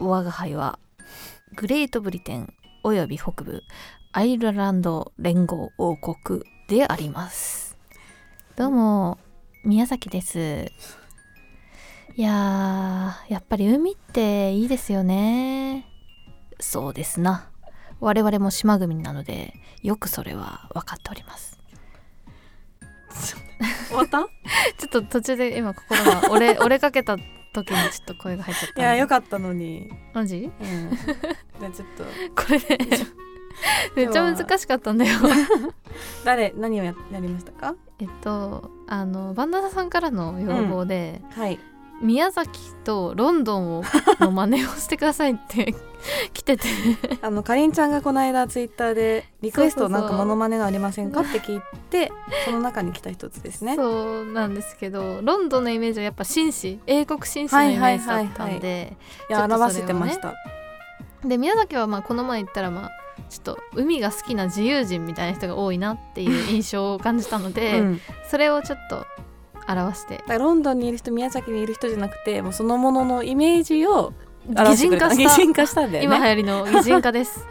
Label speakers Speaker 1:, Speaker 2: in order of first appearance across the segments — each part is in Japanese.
Speaker 1: 我が輩はグレートブリテンおよび北部アイルランド連合王国でありますどうも宮崎ですいやーやっぱり海っていいですよねそうですな我々も島国なのでよくそれは分かっております
Speaker 2: 終わった
Speaker 1: ちょっと途中で今心が折 れ折れかけた時にちょっと声が入っちゃったん
Speaker 2: い
Speaker 1: で
Speaker 2: やよかったのに、
Speaker 1: マジ
Speaker 2: うん、 じゃあちょっと
Speaker 1: これ ねめっちゃ難しかったんだよ
Speaker 2: 誰何をややりましたか
Speaker 1: えっとあのバンダナさんからの要望で、
Speaker 2: はい
Speaker 1: 宮崎とロンドンをの真似をしてくださいって 来てて
Speaker 2: あのかりんちゃんがこの間ツイッターでリクエス
Speaker 1: そ
Speaker 2: ト
Speaker 1: うそうそう
Speaker 2: なんかモノマネがありませんかって聞いてその中に来た一つですね
Speaker 1: そうなんですけどロンドンのイメージはやっぱ紳士英国紳士のイメージだったんで、
Speaker 2: いや
Speaker 1: ちょっとそれをね
Speaker 2: 表せてました、
Speaker 1: で宮崎はまあこの前行ったらまあちょっと海が好きな自由人みたいな人が多いなっていう印象を感じたので、
Speaker 2: うん、だ
Speaker 1: それをちょっと表して
Speaker 2: からロンドンにいる人宮崎にいる人じゃなくてもうそのもののイメージを
Speaker 1: 擬人化し
Speaker 2: 擬
Speaker 1: た
Speaker 2: 人化したんだよ
Speaker 1: 今流
Speaker 2: ね
Speaker 1: 行りの擬人化です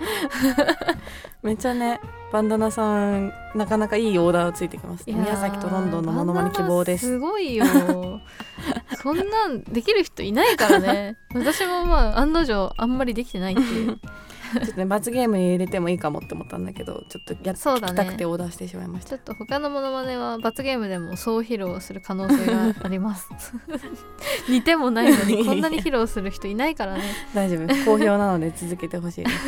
Speaker 2: めっちゃねバンダナさんなかなかいいオーダーをついてきます
Speaker 1: いやー
Speaker 2: 宮崎とロンドンのモノマネ希望で
Speaker 1: バ
Speaker 2: す
Speaker 1: ンダナすご いよそんなんできる人いないからね私もまあ案の定あんまりできてないっていう
Speaker 2: ちょっとね罰ゲームに入れてもいいかもって思ったんだけどちょっとやっ、
Speaker 1: そうだ
Speaker 2: 聞
Speaker 1: ね
Speaker 2: きたくてオーダーしてしまいました
Speaker 1: ちょっと他のモノマネは罰ゲームでも総披露する可能性があります 似てもないのにこんなに披露する人いないからね
Speaker 2: 大 丈夫好評なので続けてほしい です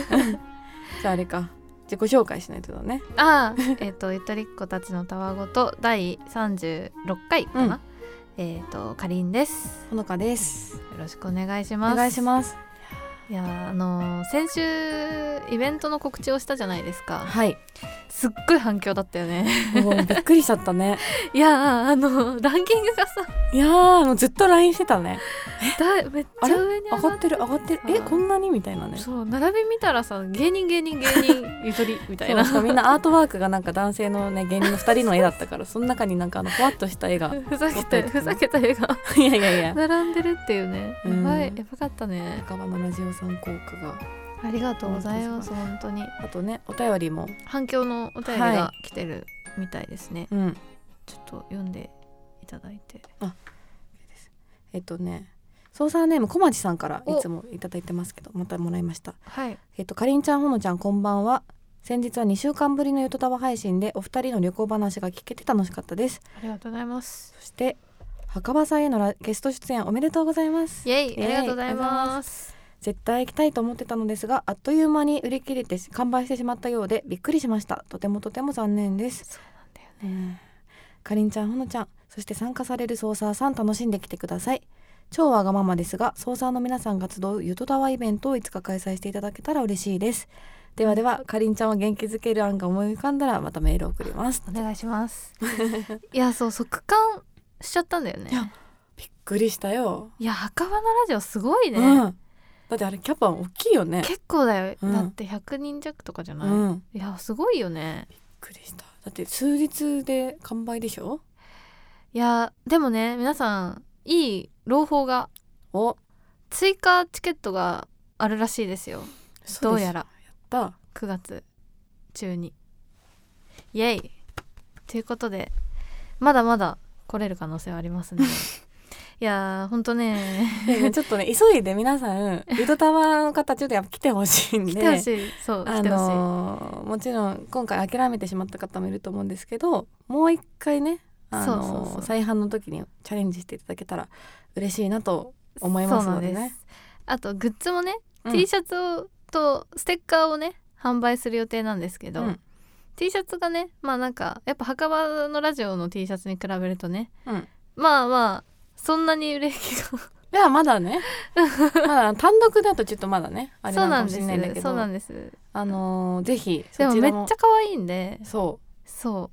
Speaker 2: じゃああれか自己紹介しないとだね
Speaker 1: ああえっとゆとりっ子たちのたわごと第36回かな、えっ、とかりんです
Speaker 2: ほのかです
Speaker 1: よろしくお願いします
Speaker 2: お願いします
Speaker 1: いやーあのー先週イベントの告知をしたじゃないですか
Speaker 2: はい
Speaker 1: すっごい反響だったよ ね
Speaker 2: もうびっくりしちゃったね
Speaker 1: いやーあのーランキングがさ
Speaker 2: いやーもうずっと LINE してたね
Speaker 1: だめっちゃ上に上
Speaker 2: 上
Speaker 1: が
Speaker 2: が
Speaker 1: っ
Speaker 2: っててる上がってるえこんなにみたいなね
Speaker 1: そう並び見たらさ芸人芸人芸人 ゆとりみたい
Speaker 2: そう
Speaker 1: な
Speaker 2: しかもみんなアートワークがなんか男性のね芸人の2人の絵だったからその中になんかあのふわっとした絵 が
Speaker 1: ふざけたふざけた絵が
Speaker 2: いやいやい や
Speaker 1: 並んでるっていうねや
Speaker 2: うん
Speaker 1: ばいやばかったね
Speaker 2: 赤羽のラジオさん効果が
Speaker 1: ありがとうございます本当に
Speaker 2: あとねお便りも
Speaker 1: 反響のお便りが来てるみたいですね、
Speaker 2: うん
Speaker 1: ちょっと読んでいただいて
Speaker 2: えっとね操作ネーム小町さんからい
Speaker 1: お
Speaker 2: つもいただいてますけどまたもらいました
Speaker 1: はい
Speaker 2: えっとかりんちゃんほのちゃんこんばんは先日は2週間ぶりのゆとたわ配信でお二人の旅行話が聞けて楽しかったです
Speaker 1: ありがとうございます
Speaker 2: そして墓場さんへのラゲスト出演おめでとうございます
Speaker 1: イエイ
Speaker 2: イエイ
Speaker 1: ありがとうございます
Speaker 2: 絶対行きたいと思ってたのですがあっという間に売り切れてし完売してしまったようでびっくりしましたとてもとても残念です
Speaker 1: そうなんだよ
Speaker 2: ねえかりんちゃんほのちゃんそして参加されるソーサーさん楽しんできてください超わがままですがソーサーの皆さんが集うゆとたわイベントをいつか開催していただけたら嬉しいですではではかりんちゃんを元気づける案が思い浮かんだらまたメールを送ります
Speaker 1: お願いします いやそう即完しちゃったんだよね
Speaker 2: いやびっくりしたよ、
Speaker 1: いや墓場のラジオすごいね、
Speaker 2: うんだってあれキャパ大きいよね
Speaker 1: 結構だよ、
Speaker 2: うん
Speaker 1: だって100人弱とかじゃ
Speaker 2: う
Speaker 1: ない、
Speaker 2: んびっ
Speaker 1: いやすごいよね
Speaker 2: くりしただって数日で完売でしょ
Speaker 1: いやでもね皆さんいい朗報が
Speaker 2: お
Speaker 1: 追加チケットがあるらしいですよどうや
Speaker 2: ら
Speaker 1: ら
Speaker 2: だ
Speaker 1: 9月中にイエイということでまだまだ来れる可能性はあります ねいやーほんとね
Speaker 2: でねちょっとね急いで皆さんゆとたわの方ちょっとやっぱ来てほしいん で
Speaker 1: 来てほしいそう来
Speaker 2: あ
Speaker 1: てほしい、
Speaker 2: のーもちろん今回諦めてしまった方もいると思うんですけどもう一回ね、あのー
Speaker 1: そうそうそう
Speaker 2: 再販の時にチャレンジしていただけたら嬉しいなと思いますので
Speaker 1: そうなん
Speaker 2: ね
Speaker 1: ですあとグッズもね、
Speaker 2: うん
Speaker 1: T シャツをとステッカーをね販売する予定なんですけど、
Speaker 2: うん
Speaker 1: T シャツがねまあなんかやっぱ墓場のラジオの T シャツに比べるとね
Speaker 2: うん
Speaker 1: まあまあそんなに売れ行きが
Speaker 2: ではまだねまだ単独だとちょっとまだねあれ
Speaker 1: そう
Speaker 2: な
Speaker 1: な
Speaker 2: のか
Speaker 1: ん
Speaker 2: も
Speaker 1: で
Speaker 2: しれないんだけ
Speaker 1: すそうな
Speaker 2: ど
Speaker 1: んです
Speaker 2: あのーぜひ
Speaker 1: で
Speaker 2: そ
Speaker 1: も
Speaker 2: ち
Speaker 1: め
Speaker 2: ら
Speaker 1: っ
Speaker 2: も
Speaker 1: ちゃ可愛いんで
Speaker 2: そう
Speaker 1: そ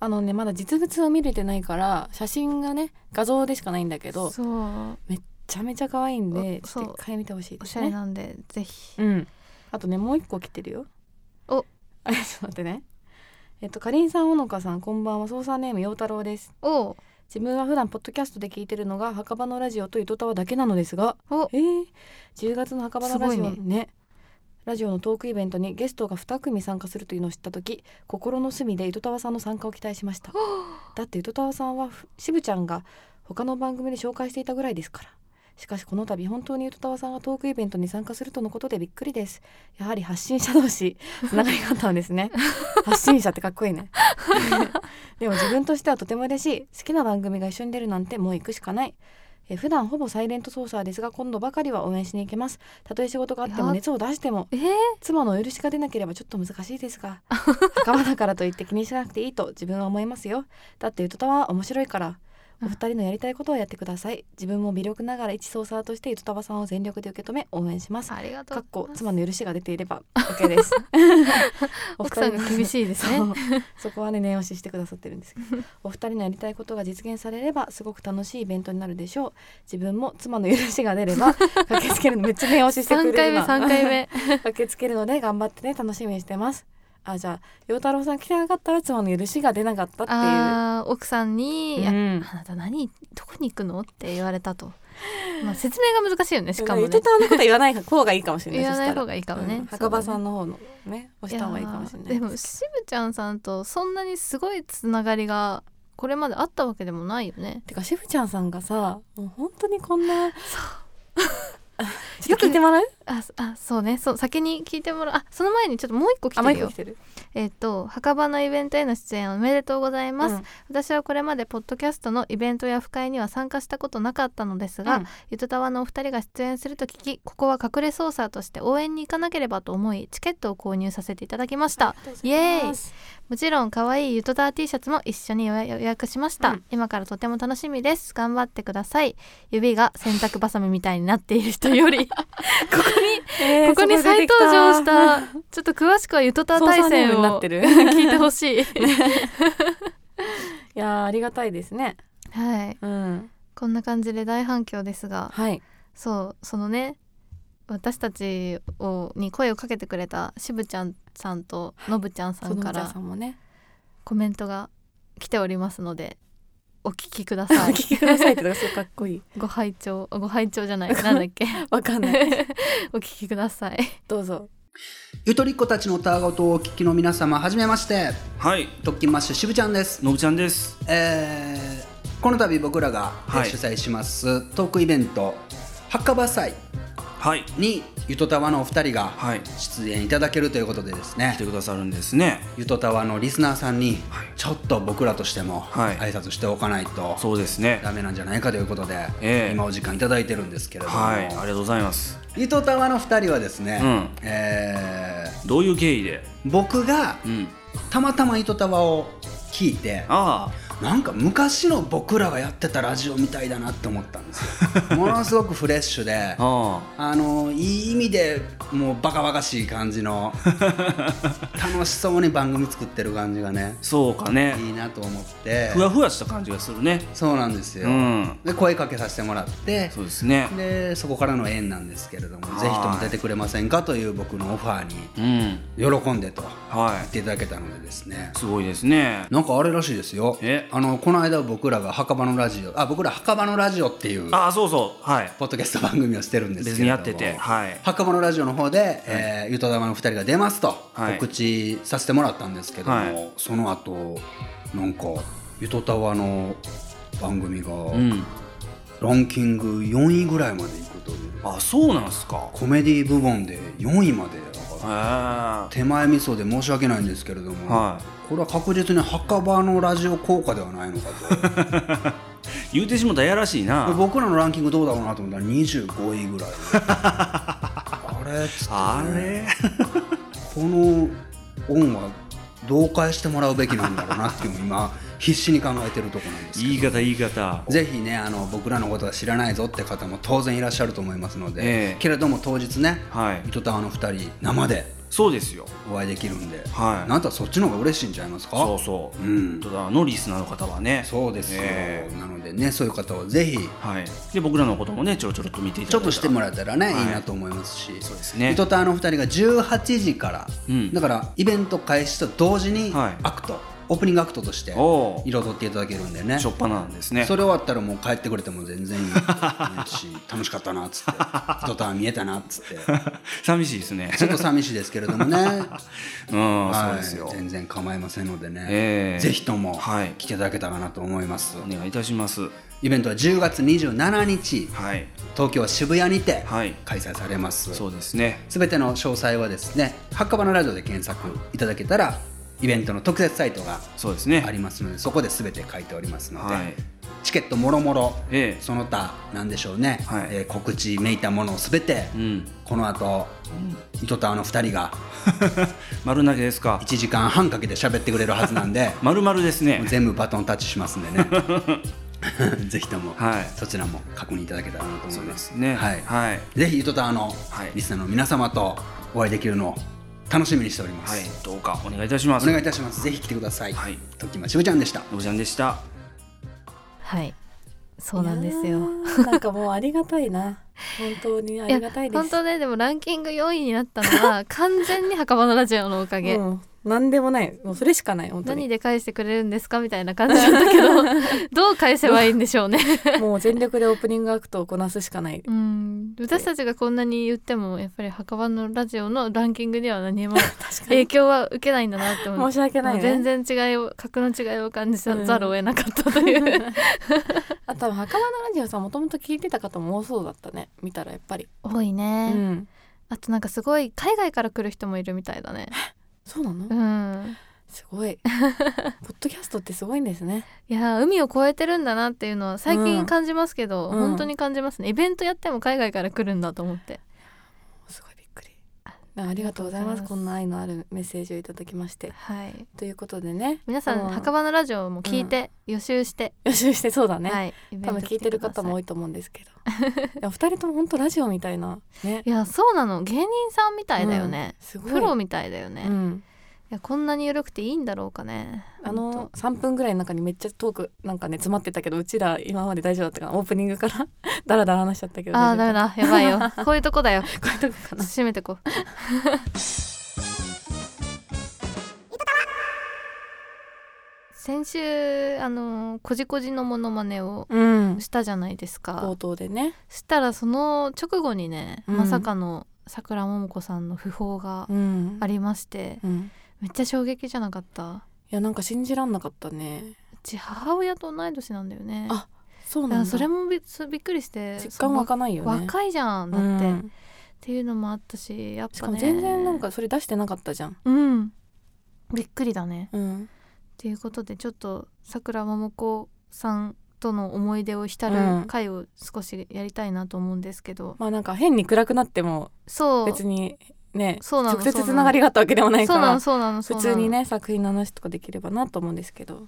Speaker 2: あのねまだ実物を見れてないから写真がね画像でしかないんだけ
Speaker 1: う
Speaker 2: どめ
Speaker 1: そう
Speaker 2: ちゃめちゃ可愛いんで
Speaker 1: お
Speaker 2: ちょっと一回見てほしい
Speaker 1: お
Speaker 2: で
Speaker 1: し
Speaker 2: す
Speaker 1: ゃれ
Speaker 2: ね。
Speaker 1: なんで、ぜひ
Speaker 2: うん。あとねもう一個来てるよ。
Speaker 1: お
Speaker 2: あれちょっと待ってね。えっとかりんさんほのかさんこんばんは操作ネーム陽太郎です。
Speaker 1: おう
Speaker 2: 自分は普段ポッドキャストで聞いてるのが墓場のラジオとゆとたわだけなのですが
Speaker 1: お
Speaker 2: えー、10月の墓場のラジオ
Speaker 1: すごい
Speaker 2: ねラジオのトークイベントにゲストが2組参加するというのを知った時心の隅で糸田さんの参加を期待しましただって糸田さんはふしぶちゃんが他の番組で紹介していたぐらいですからしかしこの度本当に糸田さんがトークイベントに参加するとのことでびっくりですやはり発信者同 士つながりがあったんですね発信者ってかっこいい ねでも自分としてはとても嬉しい好きな番組が一緒に出るなんてもう行くしかないえー普段ほぼサイレントソーサーですが今度ばかりは応援しに行けますたとえ仕事があって
Speaker 1: いや
Speaker 2: も熱を出しても
Speaker 1: えー、
Speaker 2: 妻の許しが出なければちょっと難しいです が仲間だからといって気にしなくていいと自分は思いますよだってゆとたわは面白いからお二人のやりたいことをやってください自分も微力ながら一ソーサーとしてゆとたわさんを全力で受け止め応援します
Speaker 1: ありがと
Speaker 2: か
Speaker 1: う
Speaker 2: っ
Speaker 1: ご
Speaker 2: こ
Speaker 1: ざいます
Speaker 2: 妻の許しが出ていれば OK です
Speaker 1: 奥さんが厳しいですね
Speaker 2: そうそこはね念押ししてくださってるんですけ どお二人のやりたいことが実現されればすごく楽しいイベントになるでしょう自分も妻の許しが出 れば駆けつけるのめっちゃ念押ししてく
Speaker 1: 三
Speaker 2: れる
Speaker 1: 回目
Speaker 2: な
Speaker 1: 三回目
Speaker 2: 駆けつけるので頑張ってね楽しみにしてますあじゃあ陽太郎さん来てなかったら妻の許しが出なかったっていう
Speaker 1: あー奥さんに、
Speaker 2: う
Speaker 1: あ
Speaker 2: ん
Speaker 1: なた何どこに行くのって言われたと、まあ、説明が難しいよねしかも
Speaker 2: ゆと
Speaker 1: ね
Speaker 2: たわのこと言わない方がいいかもしれない
Speaker 1: 言わない
Speaker 2: そしたら
Speaker 1: 方がいいかもね、
Speaker 2: うん墓場
Speaker 1: の
Speaker 2: さんの方のね押した方がいいかもしれない
Speaker 1: でもしぶちゃんさんとそんなにすごいつながりがこれまであったわけでもないよね
Speaker 2: てかシェフちゃんさんがさもう本当にこんな
Speaker 1: よ
Speaker 2: よ
Speaker 1: く
Speaker 2: く聞いてもらう
Speaker 1: あそあそうねそう先に聞いてもらうあその前にちょっともう一個来て
Speaker 2: 甘い
Speaker 1: るよ
Speaker 2: 来てる
Speaker 1: えっ、と墓場のイベントへの出演おめでとうございます、
Speaker 2: うん
Speaker 1: 私はこれまでポッドキャストのイベントや不会には参加したことなかったのですが、
Speaker 2: うん
Speaker 1: ゆとたわのお二人が出演すると聞きここは隠れ捜査として応援に行かなければと思いチケットを購入させていただきましたイエーイもちろん可愛いゆとたわ T シャツも一緒に予約予約しました、
Speaker 2: うん
Speaker 1: 今からとても楽しみです頑張ってください指が洗濯バサミみたいになっている人よりここに
Speaker 2: えー
Speaker 1: ここに
Speaker 2: すごい
Speaker 1: 再
Speaker 2: 出て
Speaker 1: 登
Speaker 2: き
Speaker 1: 場したちょっと詳しくはゆとたわ対
Speaker 2: 操作ゲーム
Speaker 1: 戦
Speaker 2: にな
Speaker 1: を
Speaker 2: って る
Speaker 1: 聞いてほ しい
Speaker 2: いやーありがたいですね
Speaker 1: はい
Speaker 2: うん
Speaker 1: こんな感じで大反響ですが
Speaker 2: はい
Speaker 1: そうそのね私たちをに声をかけてくれたしぶちゃんさんとのぶちゃんさ
Speaker 2: そ
Speaker 1: ん
Speaker 2: の
Speaker 1: か
Speaker 2: お茶
Speaker 1: ら
Speaker 2: さんもね
Speaker 1: コメントが来ておりますのでお聞きくだ
Speaker 2: お
Speaker 1: さい
Speaker 2: 聞きくださいってのがすごいかっこいい
Speaker 1: ご拝聴あご拝聴じ ゃないなんだっけ
Speaker 2: わかん ない
Speaker 1: お聞きください
Speaker 2: どうぞ
Speaker 3: ゆとりっ子たちの歌ごとをお聞きの皆様はじめまして
Speaker 4: はい、
Speaker 3: 特勤マッシュしぶちゃんです、
Speaker 4: のぶちゃんです。
Speaker 3: えーこの度僕らが、えー
Speaker 4: はい
Speaker 3: 主催しますトークイベント墓場祭
Speaker 4: はい、
Speaker 3: にゆとたわのお二人が
Speaker 4: はい
Speaker 3: 出演いただけるということでですね、
Speaker 4: 来てくださるんですね。
Speaker 3: ゆとたわのリスナーさんにちょっと僕らとしても
Speaker 4: はい
Speaker 3: 挨拶しておかないと
Speaker 4: そうですね。
Speaker 3: ダメなんじゃないかということで、
Speaker 4: ええ
Speaker 3: 今お時間いただいてるんですけれども、
Speaker 4: はい、ありがとうございます。
Speaker 3: ゆとたわの二人はですね、
Speaker 4: うん
Speaker 3: え
Speaker 4: どういう経緯で。
Speaker 3: ー僕が
Speaker 4: うん。
Speaker 3: たまたま糸タワを聞いて
Speaker 4: あ
Speaker 3: なんか昔の僕らがやってたラジオみたいだなって思ったんです よものすごくフレッシュで
Speaker 4: あ、あ
Speaker 3: あのいい意味でもうバカバカしい感じ の楽しそうに番組作ってる感じがね
Speaker 4: あ、そうかね。
Speaker 3: いいなと思って
Speaker 4: ふわふわした感じがするね。
Speaker 3: そうなんですよ、
Speaker 4: うん。
Speaker 3: で声かけさせてもらって
Speaker 4: そうですね。
Speaker 3: でそこからの縁なんですけれども
Speaker 4: はい
Speaker 3: ぜひとも出てくれませんかという僕のオファーに
Speaker 4: うん。
Speaker 3: 喜んでと言
Speaker 4: は
Speaker 3: っていただけたのでですね
Speaker 4: い。すごいですね。
Speaker 3: なんかあれらしいですよ
Speaker 4: え
Speaker 3: あのこの間僕らが墓場のラジオあ僕ら墓場のラジオっていう
Speaker 4: ああ、そうそう。はい。
Speaker 3: ポッドキャスト番組をしてるんですけれど
Speaker 4: 別
Speaker 3: も
Speaker 4: にやってて。はい。
Speaker 3: 墓場のラジオの方で、えーゆとだまの2人が出ますと
Speaker 4: はい
Speaker 3: 告知させてもらったんですけども、
Speaker 4: はい
Speaker 3: その後なんかゆとたわの番組が
Speaker 4: うん。
Speaker 3: ランキング4位ぐらいまでいくという、
Speaker 4: あ、そうなんすか。
Speaker 3: コメディ部門で4位まで上がって
Speaker 4: へ
Speaker 3: 手前味噌で申し訳ないんですけれど
Speaker 4: え。
Speaker 3: も、
Speaker 4: は
Speaker 3: これは確実に墓場のラジオ効果ではないのかと。
Speaker 4: い。言うてしもたらやらしいな。
Speaker 3: 僕らのランキングどうだろうなと思ったら25位ぐらいあれっつって、ね、
Speaker 4: あ れ。
Speaker 3: この恩は同解してもらうべきなんだろうなっていうのを今必死に考えてるとこなんですけ
Speaker 4: 言い方言い方。
Speaker 3: どぜひねあの僕らのことは知らないぞって方も当然いらっしゃると思いますので、
Speaker 4: ええ
Speaker 3: けれども当日ね
Speaker 4: はい。
Speaker 3: 糸タワーの2人生で
Speaker 4: そうですよ。
Speaker 3: お会いできるんで、
Speaker 4: はい
Speaker 3: なんとそっちの方が嬉しいんちゃいますか
Speaker 4: そうそ
Speaker 3: う
Speaker 4: う。
Speaker 3: ん
Speaker 4: ただのリスナーの方はね。
Speaker 3: そうですよ、
Speaker 4: ええ
Speaker 3: なのでねそういう方はぜひ
Speaker 4: はい。で僕らのこともねちょろちょろっと見ていただい
Speaker 3: ち
Speaker 4: た
Speaker 3: ょ
Speaker 4: ら
Speaker 3: っとしてもらえたらね、
Speaker 4: はい
Speaker 3: い、いなと思いますし
Speaker 4: そうですね
Speaker 3: 糸田の2人が18時から、
Speaker 4: うん
Speaker 3: だからイベント開始と同時に
Speaker 4: はい
Speaker 3: アクト、オープニングアクトとして
Speaker 4: おー
Speaker 3: 彩っていただけるんでね
Speaker 4: しょっぱななんですね
Speaker 3: それ終わったらもう帰ってくれても全然い いうんし楽しかったなっつって人とは見えたなっつってち
Speaker 4: 寂しいですね
Speaker 3: ょっと寂しいですけれども ね
Speaker 4: うん、
Speaker 3: はい
Speaker 4: そうですよ
Speaker 3: 全然構いませんのでね、
Speaker 4: ええ
Speaker 3: ぜひとも
Speaker 4: はい
Speaker 3: 来ていただけたらなと思います、
Speaker 4: お願いいたします
Speaker 3: イベントは10月27日
Speaker 4: はい
Speaker 3: 東京渋谷にて
Speaker 4: はい
Speaker 3: 開催されます、
Speaker 4: そうですね
Speaker 3: すべての詳細はですね「ハッカバのラジオ」で検索いただけたらイベントの特設サイトが
Speaker 4: そうですね
Speaker 3: ありますのでそこですべて書いておりますので、
Speaker 4: はい
Speaker 3: チケットもろもろ
Speaker 4: ええ
Speaker 3: その他なんでしょうね、
Speaker 4: はい
Speaker 3: えー告知めいたものをすべて、
Speaker 4: うん
Speaker 3: この後糸タワーの2人が
Speaker 4: 丸投げですか
Speaker 3: 1時間半かけて喋ってくれるはずなんで
Speaker 4: 丸々です ね
Speaker 3: 全部バトンタッチしますんで ね ぜひとも、
Speaker 4: はい
Speaker 3: そちらも確認いただけたらなと思います
Speaker 4: ね
Speaker 3: はい
Speaker 4: はい
Speaker 3: ぜひ糸タワーの
Speaker 4: はい
Speaker 3: リスナーの皆様とお会いできるのを楽しみにしております、
Speaker 4: はいどうかお願いいたしま
Speaker 3: お
Speaker 4: す
Speaker 3: 願いいたします。ぜひ来てください。
Speaker 4: はい
Speaker 3: 時ましぶちゃんでした。
Speaker 4: のぶちゃんでした
Speaker 1: はいそうなんですよ
Speaker 2: いやーなんかもうありがたいな本当にあ
Speaker 1: いや
Speaker 2: りがたいです
Speaker 1: 本当ねでもランキング4位になったの は完全に袴のラジオのおかげ、
Speaker 2: うん、何でもないもうそれしかない本当
Speaker 1: 何
Speaker 2: に
Speaker 1: で返してくれるんですかみたいな感じだったけ どどう返せばいいんでしょうね
Speaker 2: もう全力でオープニングアクトをこなすしかない
Speaker 1: うん私たちがこんなに言ってもやっぱり墓場のラジオのランキングには何も影響は受けないんだなって思っ
Speaker 2: 申
Speaker 1: て
Speaker 2: し訳ないね
Speaker 1: 全然違いを格の違いを感じ
Speaker 2: う
Speaker 1: ざ
Speaker 2: ん
Speaker 1: ざるを得なかったという、
Speaker 2: あとは袴のラジオさんもともと聞いてた方も多そうだったね見たらやっぱり、
Speaker 1: 多いうね、
Speaker 2: ん
Speaker 1: あとなんかすごい海外から来る人もいるみたいだね
Speaker 2: そうなの、
Speaker 1: うん
Speaker 2: すごいポッドキャストってすごいんですね
Speaker 1: いやー海を越えてるんだなっていうのは最
Speaker 2: うん
Speaker 1: 近感じますけど、
Speaker 2: うん
Speaker 1: 本当に感じますねイベントやっても海外から来るんだと思って
Speaker 2: すごいびっくりあありがとうございます
Speaker 1: ありがとうございます
Speaker 2: こんな愛のあるメッセージをいただきまして
Speaker 1: はい
Speaker 2: ということでね
Speaker 1: 皆さ
Speaker 2: あの
Speaker 1: ん墓場のラジオも聞いて、予習して、
Speaker 2: 予習してそうだね、
Speaker 1: はいイベ
Speaker 2: 多
Speaker 1: ン
Speaker 2: 分
Speaker 1: ト
Speaker 2: 聞
Speaker 1: 来
Speaker 2: いてる方も多
Speaker 1: い
Speaker 2: いと思うんですけどでも二人とも本当ラジオみたいなね
Speaker 1: いやそうなの芸人さんみたいだよね、
Speaker 2: うんすごい
Speaker 1: プロみたいだよね、
Speaker 2: う
Speaker 1: い
Speaker 2: ん、
Speaker 1: やこんなに緩くていいんだろうかね
Speaker 2: あ
Speaker 1: 本
Speaker 2: の3分ぐらいの中にめっちゃトークなんかね詰まってたけどうちら今まで大丈夫だったかなオープニングから ダラダラ話しちゃった
Speaker 1: 当
Speaker 2: けど
Speaker 1: ああ
Speaker 2: 大丈
Speaker 1: ダ
Speaker 2: 夫
Speaker 1: メ
Speaker 2: かな
Speaker 1: だやばいよ こういうとこだよ
Speaker 2: こういうとこ かな
Speaker 1: 閉めてこう先週あのこじこじのモノマネを
Speaker 2: うん
Speaker 1: したじゃないです
Speaker 2: 冒
Speaker 1: か
Speaker 2: 頭でね
Speaker 1: したらその直後にね、
Speaker 2: うん
Speaker 1: まさかのさくらももこさんの訃報が
Speaker 2: うん
Speaker 1: ありまして、
Speaker 2: うん
Speaker 1: めっちゃ衝撃じゃなかった
Speaker 2: いやなんか信じらんなかったね
Speaker 1: うち母親と同い年なんだよね
Speaker 2: あそう
Speaker 1: だか
Speaker 2: な
Speaker 1: ら
Speaker 2: んだ
Speaker 1: それもびすびっくりして
Speaker 2: 実感湧かないよね
Speaker 1: 若いじゃんだって、
Speaker 2: う
Speaker 1: っ
Speaker 2: ん
Speaker 1: ていうのもあったしやっ
Speaker 2: し
Speaker 1: ぱ
Speaker 2: か
Speaker 1: ね
Speaker 2: も全然なんかそれ出してなかったじゃん
Speaker 1: うんびっくりだね
Speaker 2: うん
Speaker 1: ということでちょっとさくらももこさんとの思い出を浸
Speaker 2: うん
Speaker 1: る回を少しやりたいなと思うんですけど、
Speaker 2: まあなんか変に暗くなっても
Speaker 1: そう
Speaker 2: 別にね
Speaker 1: そうなの
Speaker 2: 直接
Speaker 1: そうな
Speaker 2: つ
Speaker 1: の
Speaker 2: ながりがあったわけでもない
Speaker 1: そ
Speaker 2: か
Speaker 1: うな
Speaker 2: ら
Speaker 1: のそうなのそ
Speaker 2: 普
Speaker 1: うなの
Speaker 2: 通にね作品の話とかできればなと思うんですけど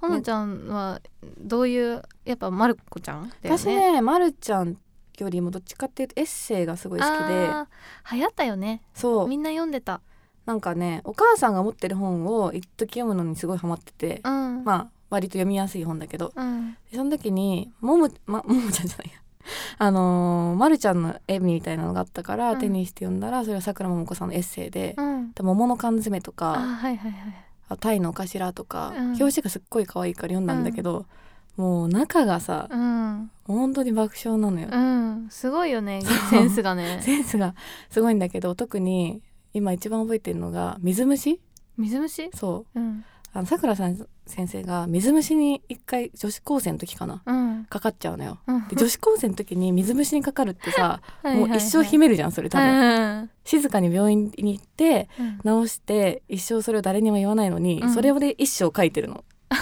Speaker 1: ほのちゃんはどういうやっぱまる子ちゃんだよね
Speaker 2: 私ねまるちゃんよりもどっちかっていうとエッセイがすごい好きで
Speaker 1: あー流行ったよね
Speaker 2: そう
Speaker 1: みんな読んでた
Speaker 2: なんかねお母さんが持ってる本を一時読むのにすごいハマってて、
Speaker 1: うん
Speaker 2: まあ割と読みやすい本だけど
Speaker 1: うん
Speaker 2: でその時にももまももちゃんじゃないや あのーまるちゃんの絵みたいなのがあったから、
Speaker 1: うん
Speaker 2: 手にして読んだらそれはさくらももこさんのエッセイで、
Speaker 1: うん
Speaker 2: で桃の缶詰
Speaker 1: あ
Speaker 2: と
Speaker 1: ー
Speaker 2: か
Speaker 1: はいはいはい
Speaker 2: あタイのお頭とか、
Speaker 1: うん
Speaker 2: 表紙がすっごい可愛いから読んだんだけど、もう中がさ、
Speaker 1: うん
Speaker 2: 本当に爆笑なのよ、
Speaker 1: うんすごいよね
Speaker 2: そう
Speaker 1: センスがね
Speaker 2: センスがすごいんだけど特に今一番覚えてるのが水虫
Speaker 1: 水虫
Speaker 2: そう
Speaker 1: うん
Speaker 2: あのさくらさん先生が水虫に一回女子高生の時かな
Speaker 1: うん
Speaker 2: かかっちゃうのよ
Speaker 1: うん
Speaker 2: で女子高生の時に水虫にかかるってさ
Speaker 1: はいはい
Speaker 2: も
Speaker 1: は
Speaker 2: う
Speaker 1: い
Speaker 2: 一生秘めるじゃんそれ多分、
Speaker 1: うん
Speaker 2: 静かに病院に行って
Speaker 1: うん
Speaker 2: 治して一生それを誰にも言わないのに、
Speaker 1: うん
Speaker 2: それで一生書いてるの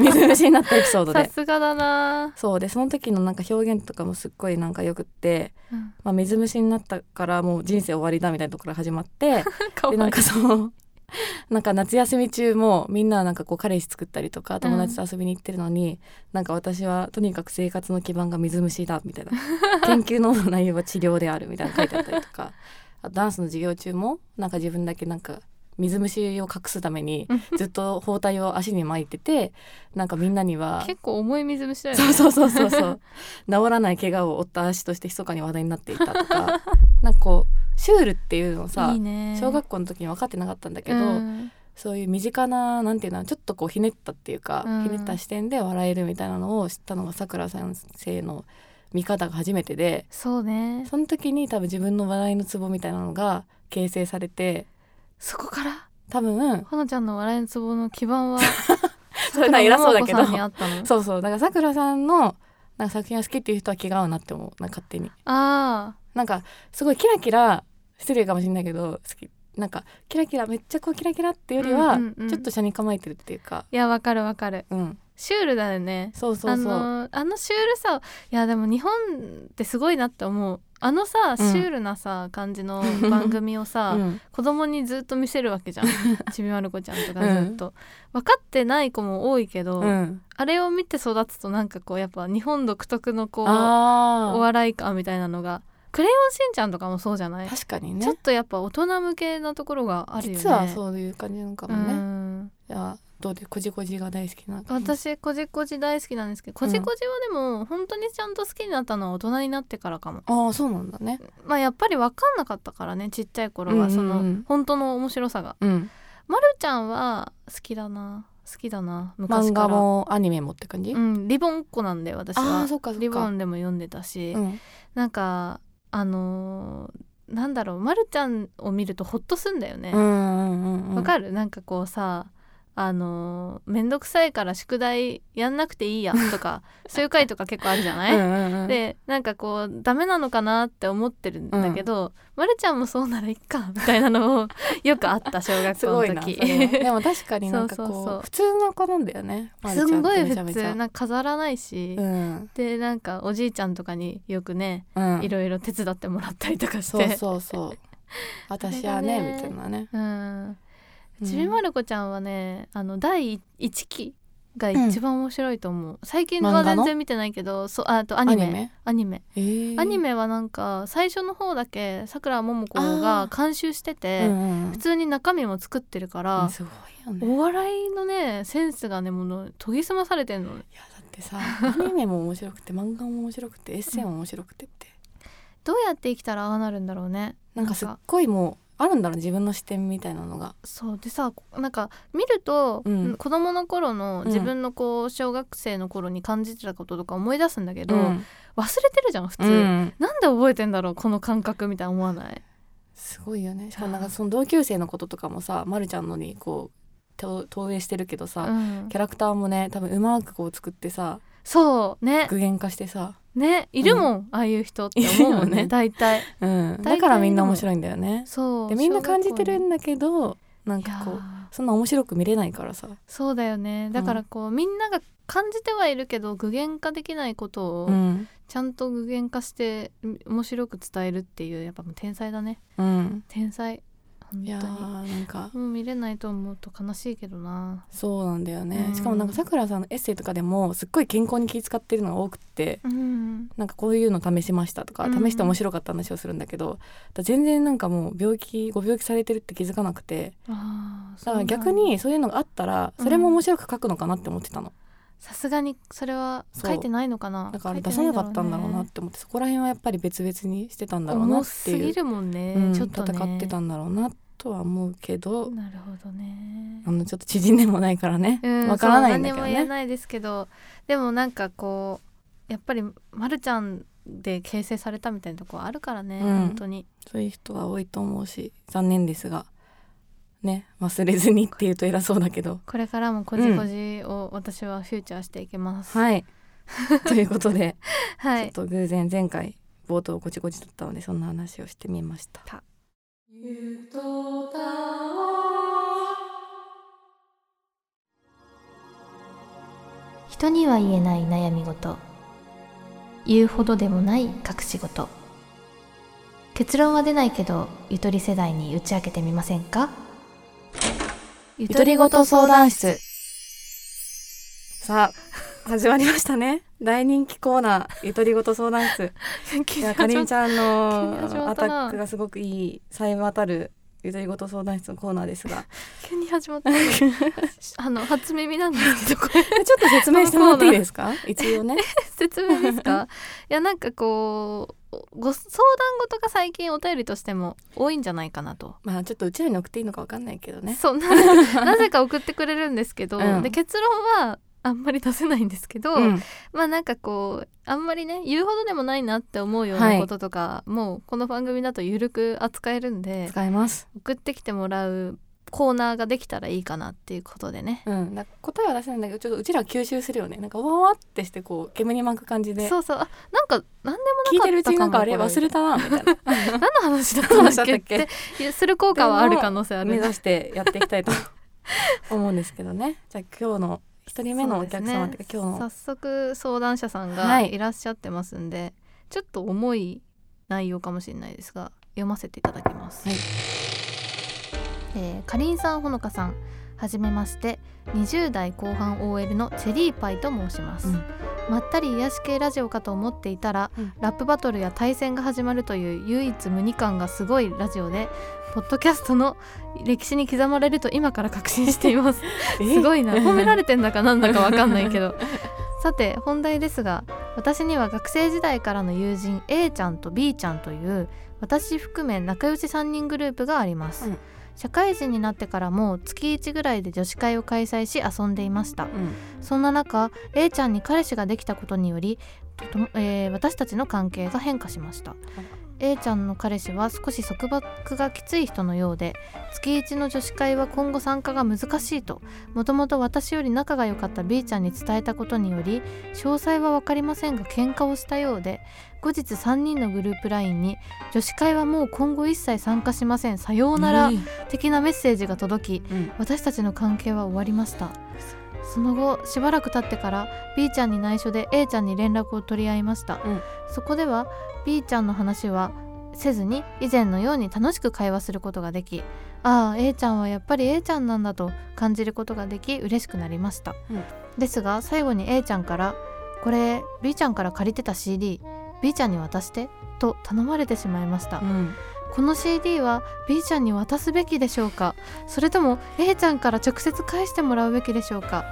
Speaker 2: 水虫になったエピソード
Speaker 1: さ
Speaker 2: です
Speaker 1: がだな、
Speaker 2: そうでその時のなんか表現とかもすっごいなんかよくって、
Speaker 1: うん、
Speaker 2: まあ、水虫になったからもう人生終わりだみたいなところから始まって
Speaker 1: かわい
Speaker 2: で
Speaker 1: い
Speaker 2: なんかそのなんか夏休み中もみんなはなんかこう彼氏作ったりとか友達と遊びに行ってるのに、なんか私はとにかく生活の基盤が水虫だみたいな 研究の内容は治療であるみたいなの書いてあったりとかあとダンスの授業中もなんか自分だけなんか水虫を隠すためにずっと包帯を足に巻いててなんかみんなには
Speaker 1: 結構重い水虫だよね
Speaker 2: そうそうそうそうそう治らない怪我を負った足として密かに話題になっていたとかなんかこうシュールっていうのをさ
Speaker 1: いいね
Speaker 2: 小学校の時に分かってなかったんだけど、
Speaker 1: うん
Speaker 2: そういう身近ななんていうのちょっとこうひねったっていうか、
Speaker 1: うん
Speaker 2: ひねった視点で笑えるみたいなのを知ったのがさくら先生の見方が初めてで
Speaker 1: そうね
Speaker 2: その時に多分自分の笑いのツボみたいなのが形成されて
Speaker 1: そこから
Speaker 2: 多分
Speaker 1: ほのちゃんの笑いのツボの基盤は
Speaker 2: そ れな偉そうだけど
Speaker 1: 桜桃子さんにあったの
Speaker 2: そうそうだからさくらさんのなんか作品が好きっていう人は気が合うなって思うなんか勝手に
Speaker 1: あ
Speaker 2: なんかすごいキラキラ失礼かもしれないけど好きなんかキラキラめっちゃこうキラキラっていうよりは、
Speaker 1: うんうんうん
Speaker 2: ちょっと車に構えてるっていうか
Speaker 1: ーいやわかるわかる
Speaker 2: うん
Speaker 1: シュールだよね
Speaker 2: そうそうそう、
Speaker 1: あのあのシュールさをいやでも日本ってすごいなって思うあのさ、シュールなさ感じ の番組をさ、
Speaker 2: うん
Speaker 1: 子供にずっと見せるわ けじゃんちびまる子ちゃんとかずっと、分かってない子も多いけど、
Speaker 2: うん、
Speaker 1: あれを見て育つとなんかこうやっぱ日本独特のこう
Speaker 2: あ
Speaker 1: お
Speaker 2: ー
Speaker 1: 笑い感みたいなのが「クレヨンしんちゃん」とかもそうじゃない、
Speaker 2: 確かに
Speaker 1: ちょ
Speaker 2: ね
Speaker 1: っとやっぱ大人向けなところがあるよね
Speaker 2: 実は
Speaker 1: う
Speaker 2: そういう感じなのかもね、
Speaker 1: ん
Speaker 2: じゃあどうでこじこじが大好きな
Speaker 1: 私こじこじ大好きなんですけどこじこじはでも本当にちゃんと好きになったのは大人になってからかも
Speaker 2: ああそうなんだね
Speaker 1: まあやっぱり分かんなかったからねちっちゃい頃
Speaker 2: う
Speaker 1: は
Speaker 2: んうんうん
Speaker 1: その本当の面白さが、
Speaker 2: うん
Speaker 1: まるちゃんは好きだな好きだな昔
Speaker 2: 漫
Speaker 1: から
Speaker 2: 画もアニメもって感じ、
Speaker 1: うん、リボンっ子なんで私
Speaker 2: あ
Speaker 1: は
Speaker 2: あそっかそっか
Speaker 1: リボンでも読んでたし、
Speaker 2: うん
Speaker 1: なんかあのーなんだろう、ま、るちゃんを見るとホッとすんだよね
Speaker 2: う
Speaker 1: わ、
Speaker 2: んうんうんうん
Speaker 1: かるなんかこうさあのー、めんどくさいから宿題やんなくていいや とかそういう回とか結構あるじゃない、
Speaker 2: うんうんうん
Speaker 1: でなんかこうダメなのかなって思ってるんだけど、まるちゃんもそうならいっかみたいなのを よくあった小学
Speaker 2: す
Speaker 1: 校
Speaker 2: ごい
Speaker 1: の
Speaker 2: なそ
Speaker 1: 時
Speaker 2: れ はでも確かになんかこう
Speaker 1: そうそうそう
Speaker 2: 普通の子なんだよねまる
Speaker 1: す
Speaker 2: ちゃ
Speaker 1: ん
Speaker 2: んっ
Speaker 1: ご
Speaker 2: て
Speaker 1: い
Speaker 2: め
Speaker 1: 普
Speaker 2: ちゃめちゃ
Speaker 1: 通なんか飾らないし、
Speaker 2: うん
Speaker 1: でなんかおじいちゃんとかによくね
Speaker 2: うん
Speaker 1: いろいろ手伝ってもらったりとかして、
Speaker 2: そうそ うそう私はね
Speaker 1: あれがね
Speaker 2: みたいなね
Speaker 1: うん
Speaker 2: うん
Speaker 1: ちびまる子ちゃんはねあの第1期が一番面白いと思う、最近
Speaker 2: 漫
Speaker 1: は
Speaker 2: 画の
Speaker 1: 全然見てないけどそうああとアニメ
Speaker 2: アニメ
Speaker 1: アニメ
Speaker 2: えー
Speaker 1: アニメはなんか最初の方だけさくらももこ
Speaker 2: あ
Speaker 1: が
Speaker 2: ー
Speaker 1: 監修してて、
Speaker 2: うんうん
Speaker 1: 普通に中身も作ってるか
Speaker 2: うん
Speaker 1: ら、
Speaker 2: すごいよね
Speaker 1: お笑いのねセンスがねもの研ぎ澄まされてんの
Speaker 2: いやだってさアニメも面白くて漫画も面白くてエッセイも面白くてって
Speaker 1: どうやって生きたらああなるんだろうね
Speaker 2: なんかすっごいもうあるんだろう自分の視点みたいなのが
Speaker 1: そうでさなんか見ると、
Speaker 2: うん
Speaker 1: 子供の頃の
Speaker 2: うん
Speaker 1: 自分のこう小学生の頃に感じてたこととか思い出すんだけど、
Speaker 2: うん
Speaker 1: 忘れてるじゃん普通、
Speaker 2: うん
Speaker 1: なんで覚えてんだろうこの感覚みたいな思わない
Speaker 2: すごいよねしかもなんかその同級生のこととかもさまるちゃんのにこう投投影してるけどさ、
Speaker 1: うん
Speaker 2: キャラクターもね多分うまくこう作ってさ
Speaker 1: そうね
Speaker 2: 具現化してさ、
Speaker 1: ねいるもん、ああいう人って思うもん
Speaker 2: いるよ
Speaker 1: ね
Speaker 2: ね
Speaker 1: 大 体
Speaker 2: うん、
Speaker 1: 大体
Speaker 2: だからみんな面白いんだよね
Speaker 1: そう
Speaker 2: でみんな感じてる
Speaker 1: 小学
Speaker 2: んだけどなん
Speaker 1: 校に
Speaker 2: かこ
Speaker 1: いうやー
Speaker 2: そんな面白く見れないからさ
Speaker 1: そうだよねだからこう、みんなが感じてはいるけど具現化できないことを
Speaker 2: うん
Speaker 1: ちゃんと具現化して面白く伝えるっていうやっぱもう天才だね
Speaker 2: うん
Speaker 1: 天才本
Speaker 2: いや
Speaker 1: 当に
Speaker 2: ーなんか
Speaker 1: もう見れないと思うと悲しいけどな
Speaker 2: そうなんだよね、
Speaker 1: うん
Speaker 2: しかもなんかさくらさんのエッセイとかでもすっごい健康に気遣ってるのが多くって
Speaker 1: うん
Speaker 2: なんかこういうの試しましたとか
Speaker 1: うん
Speaker 2: 試して面白かった話をするんだけど、だから全然なんかもう病気ご病気されてるって気づかなくて
Speaker 1: あー
Speaker 2: だから逆
Speaker 1: そうなんだ
Speaker 2: にそういうのがあったらそれも面白く書くのかなって思ってたの、
Speaker 1: さすがにそれは書いてないのかな
Speaker 2: だから出さなかったんだろうなっ
Speaker 1: 書い
Speaker 2: て思ってそこら辺はやっぱり別々にしてたんだろう
Speaker 1: てないだろうね
Speaker 2: な
Speaker 1: 重
Speaker 2: って
Speaker 1: す
Speaker 2: い
Speaker 1: ぎ
Speaker 2: う、
Speaker 1: るもんね、
Speaker 2: うん、
Speaker 1: ちょっとね
Speaker 2: 戦ってたんだろうなとは思うけど
Speaker 1: なるほどね
Speaker 2: あのちょっと知人でもないからね
Speaker 1: うん
Speaker 2: わからないんだけ
Speaker 1: そう
Speaker 2: ど
Speaker 1: 何も言え
Speaker 2: ね。
Speaker 1: ないですけどでもなんかこうやっぱりまるちゃんで形成されたみたいなとこはあるからね、
Speaker 2: うん
Speaker 1: 本当に
Speaker 2: そういう人は多いと思うし残念ですがね忘れずにっていうと偉そうだけど
Speaker 1: これからもこじこじを私はフューチャーしていきます、
Speaker 2: はい ということで、
Speaker 1: はい
Speaker 2: ちょっと偶然前回冒頭ごちごちだったのでそんな話をしてみました
Speaker 1: た人には言えない悩み事言うほどでもない隠し事結論は出ないけどゆとり世代に打ち明けてみませんかゆ
Speaker 2: ゆ とりごと相談室さあ始まりましたね大人気コーナーゆとりごと相 談室いやかりんちゃん
Speaker 1: 急に始
Speaker 2: の
Speaker 1: ま
Speaker 2: ア
Speaker 1: っ
Speaker 2: タ
Speaker 1: たな
Speaker 2: ックがすごくいいさえ渡るゆとりごと相談室のコーナーです が
Speaker 1: 急に始まった あの初耳なんですけどこれ
Speaker 2: ちょっと説明してもらっていいですか一応ね
Speaker 1: 説明ですかいやなんかこうおご相談事が最近お便りとしても多いんじゃないかなと。
Speaker 2: まあちょっとうちらに送っていいのかわかんないけどね
Speaker 1: そうなぜなぜか送ってくれるんですけど、
Speaker 2: うん
Speaker 1: で結論はあんまり出せないんですけど、
Speaker 2: うん
Speaker 1: まあなんかこうあんまりね言うほどでもないなって思うよう
Speaker 2: は
Speaker 1: ないこととか、もうこの番組だと緩く扱えるんで
Speaker 2: 使えます
Speaker 1: 送ってきてもらうコーナーができたらいいかなっていうことでね。
Speaker 2: うん、なんか答えは出せないんだけどちょっとうちらは吸収するよねなんかわわってしてこう煙に巻く感じで
Speaker 1: そうそうあなんか何 で
Speaker 2: 聞い
Speaker 1: もなかったかも
Speaker 2: てるうちになんかあれ
Speaker 1: こ
Speaker 2: 忘れたなみたいな
Speaker 1: 何の話だったんだっけっ
Speaker 2: 何だ
Speaker 1: て
Speaker 2: っ
Speaker 1: する効果はある可能性あ
Speaker 2: 目
Speaker 1: る
Speaker 2: 指してやっていき たいと思うんですけどねじゃあ今日の一人目のお客様って
Speaker 1: そう
Speaker 2: いうか
Speaker 1: ですね早
Speaker 2: 今
Speaker 1: 速相談者さんが
Speaker 2: はい
Speaker 1: いらっしゃってますんで、ちょっと重い内容かもしれないですが読ませていただきます、
Speaker 2: はい
Speaker 1: えーかりんさんほのかさんはじめまして20代後半 OL のチェリーパイと申します、
Speaker 2: うん
Speaker 1: まったり癒し系ラジオかと思っていたら、
Speaker 2: うん
Speaker 1: ラップバトルや対戦が始まるという唯一無二感がすごいラジオでポッドキャストの歴史に刻まれると今から確信しています
Speaker 2: の
Speaker 1: すごい な褒めら
Speaker 2: れ
Speaker 1: れてんだかなんだかわかんないけ どさて本題ですが私には学生時代からの友人 A ちゃんと B ちゃんという私含め仲良し3人グループがあります、
Speaker 2: うん
Speaker 1: 社会人になってからも月1ぐらいで女子会を開催し遊んでいました
Speaker 2: うん
Speaker 1: そんな中 A ちゃんに彼氏ができたことによりとともえー私たちの関係が変化しました A ちゃんの彼氏は少し束縛がきつい人のようで月1の女子会は今後参加が難しいともともと私より仲が良かった B ちゃんに伝えたことにより詳細は分かりませんが喧嘩をしたようで後日3人のグループ LINE に「女子会はもう今後一切参加しませんさようなら」
Speaker 2: うん
Speaker 1: 的なメッセージが届き
Speaker 2: うん
Speaker 1: 私たちの関係は終わりましたその後しばらく経ってから B ちゃんに内緒で A ちゃんに連絡を取り合いました、
Speaker 2: うん
Speaker 1: そこでは B ちゃんの話はせずに以前のように楽しく会話することができああ A ちゃんはやっぱり A ちゃんなんだと感じることができ嬉しくなりました、
Speaker 2: うん
Speaker 1: ですが最後に A ちゃんから「これ B ちゃんから借りてた CD B ちゃんに渡して」と頼まれてしまいました、
Speaker 2: うん
Speaker 1: この CD は B ちゃんに渡すべきでしょうかそれとも A ちゃんから直接返してもらうべきでしょうか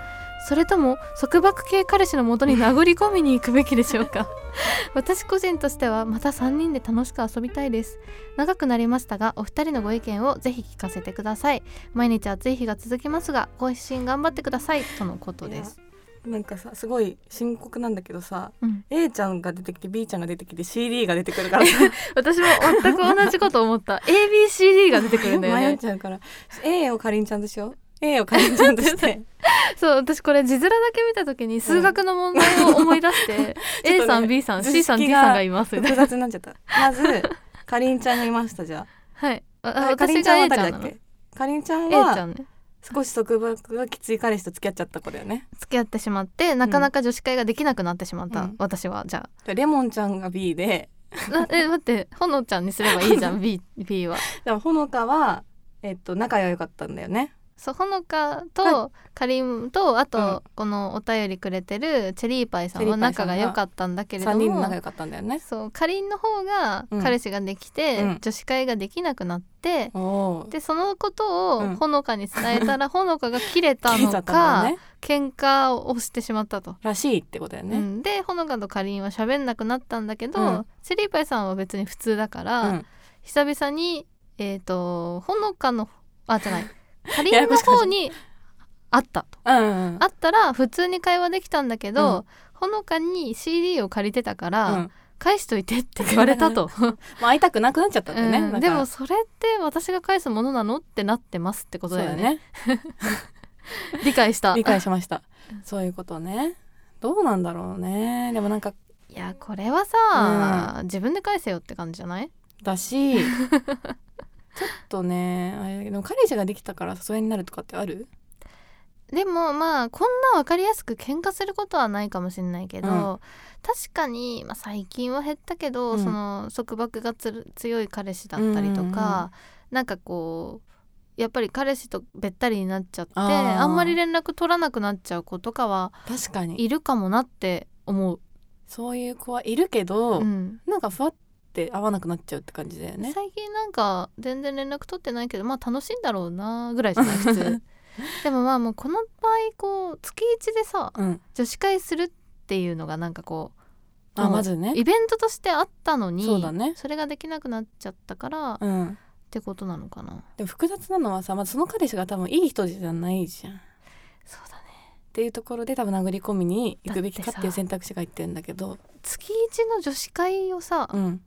Speaker 1: それとも束縛系彼氏のもとに殴り込みに行くべきでしょうか 私個人としてはまた3人で楽しく遊びたいです長くなりましたがお二人のご意見をぜひ聞かせてください毎日暑い日が続きますが更新頑張ってくださいとのことです
Speaker 2: なんかさすごい深刻なんだけどさ
Speaker 1: うん
Speaker 2: A ちゃんが出てきて B ちゃんが出てきて CD が出てくるから
Speaker 1: 私も全く同じこと思った ABCD が出てくるんだよ
Speaker 2: 迷っ
Speaker 1: ね
Speaker 2: ちゃうから A をかりんちゃんと しよう A をかりんちゃんとして
Speaker 1: そう私これ字面だけ見た時に数学の問題を思い出して、
Speaker 2: ちょっとね
Speaker 1: A さん B さん
Speaker 2: 図
Speaker 1: C
Speaker 2: 式
Speaker 1: さん
Speaker 2: が
Speaker 1: D さんがいますみた
Speaker 2: 複
Speaker 1: いな
Speaker 2: 雑になっちゃったまずかりんちゃんがいましたじゃあ
Speaker 1: はいああ
Speaker 2: あかり
Speaker 1: 私
Speaker 2: んち
Speaker 1: が
Speaker 2: ゃんは
Speaker 1: A ちゃ
Speaker 2: 誰
Speaker 1: んな
Speaker 2: だっ
Speaker 1: の A
Speaker 2: けかりんちゃん
Speaker 1: ちゃ
Speaker 2: は
Speaker 1: んね
Speaker 2: 少し束縛がきつい彼氏と付き合っちゃった子だよね
Speaker 1: 付き合ってしまってなかなか女子会ができなくなってしまった、
Speaker 2: うん
Speaker 1: 私はじゃ
Speaker 2: じゃあレモンちゃんが B で
Speaker 1: あなえ待ってほのちゃんにすればいいじゃ ん B, B は
Speaker 2: でもほのかはえっと仲が良かったんだよね
Speaker 1: そうほのかとかりんとあと、
Speaker 2: うん
Speaker 1: このお便りくれてるチェリーパイさん
Speaker 2: チェ
Speaker 1: は
Speaker 2: リーパイさ
Speaker 1: 仲
Speaker 2: んが
Speaker 1: が良かったんだけれど
Speaker 2: 3
Speaker 1: も
Speaker 2: 人の仲良かったんだよね
Speaker 1: そうかりんの方が彼氏ができて、
Speaker 2: うん
Speaker 1: 女子会ができなくなって、
Speaker 2: おお
Speaker 1: でそのこと
Speaker 2: うん
Speaker 1: をほのかに伝えたら、 ほのかが切れた
Speaker 2: 切れ
Speaker 1: の
Speaker 2: ちゃ
Speaker 1: か
Speaker 2: ったんだよね
Speaker 1: 喧嘩をしてしまったと。
Speaker 2: らしいってことだよ
Speaker 1: う
Speaker 2: ね
Speaker 1: んでほのかとかりんは喋んなくなったんだけど、
Speaker 2: うん
Speaker 1: チェリーパイさんは別に普通だか
Speaker 2: う
Speaker 1: ら、
Speaker 2: ん
Speaker 1: 久々にえっ、とほのかのあじゃないかり
Speaker 2: やや
Speaker 1: ん
Speaker 2: こ
Speaker 1: の
Speaker 2: しくなっち
Speaker 1: 方
Speaker 2: ゃう
Speaker 1: に会ったと。
Speaker 2: うん
Speaker 1: 会ったら普通に会話できたんだけど、
Speaker 2: うん
Speaker 1: ほのかに CD を借りてたから、
Speaker 2: うん
Speaker 1: 返しといてって言われた と。
Speaker 2: まあ会いたくなくなっちゃったんだよね
Speaker 1: うん
Speaker 2: だから
Speaker 1: でもそれって私が返すものなのってなってますってこと
Speaker 2: そう
Speaker 1: だ
Speaker 2: だ
Speaker 1: よ
Speaker 2: よ
Speaker 1: ね。
Speaker 2: ね
Speaker 1: 理解した。
Speaker 2: 理解しましたそういうことねどうなんだろうねでもなんか
Speaker 1: いやこれはさ、自分で返せよって感じじゃない
Speaker 2: だしちょっとねあれだけど彼氏ができたから誘いになるとかってある
Speaker 1: でもまあこんな分かりやすく喧嘩することはないかもしれないけど、
Speaker 2: うん
Speaker 1: 確かに、まあ、最近は減ったけど、
Speaker 2: うん
Speaker 1: その束縛がつる強い彼氏だったりと
Speaker 2: うんうんうん
Speaker 1: か、なんかこうやっぱり彼氏とべったりになっちゃって
Speaker 2: あ
Speaker 1: あ
Speaker 2: ー
Speaker 1: んまり連絡取らなくなっちゃう子とかは
Speaker 2: 確かに
Speaker 1: いるかもなって思う。
Speaker 2: そういう子はいるけど、
Speaker 1: うん
Speaker 2: なんかふわって合わなくなっちゃうって感じだよね
Speaker 1: 最近なんか全然連絡取ってないけどまあ楽しいんだろうなぐらいじゃない普 通でもまあもうこの場合こう月一でさ
Speaker 2: うん
Speaker 1: 女子会するっていうのがなんかこう
Speaker 2: あまずね
Speaker 1: イベントとしてあったのに
Speaker 2: そうだね
Speaker 1: それができなくなっちゃったから、っ
Speaker 2: うん
Speaker 1: てことなのかな
Speaker 2: でも複雑なのはさまずその彼氏が多分いい人じゃないじゃんっ
Speaker 1: そうだね
Speaker 2: ていうところで多分殴り込みに行くべきかってい
Speaker 1: だって
Speaker 2: う
Speaker 1: さ
Speaker 2: 選択肢が言ってるんだけど
Speaker 1: 月一の女子会をさ、
Speaker 2: うん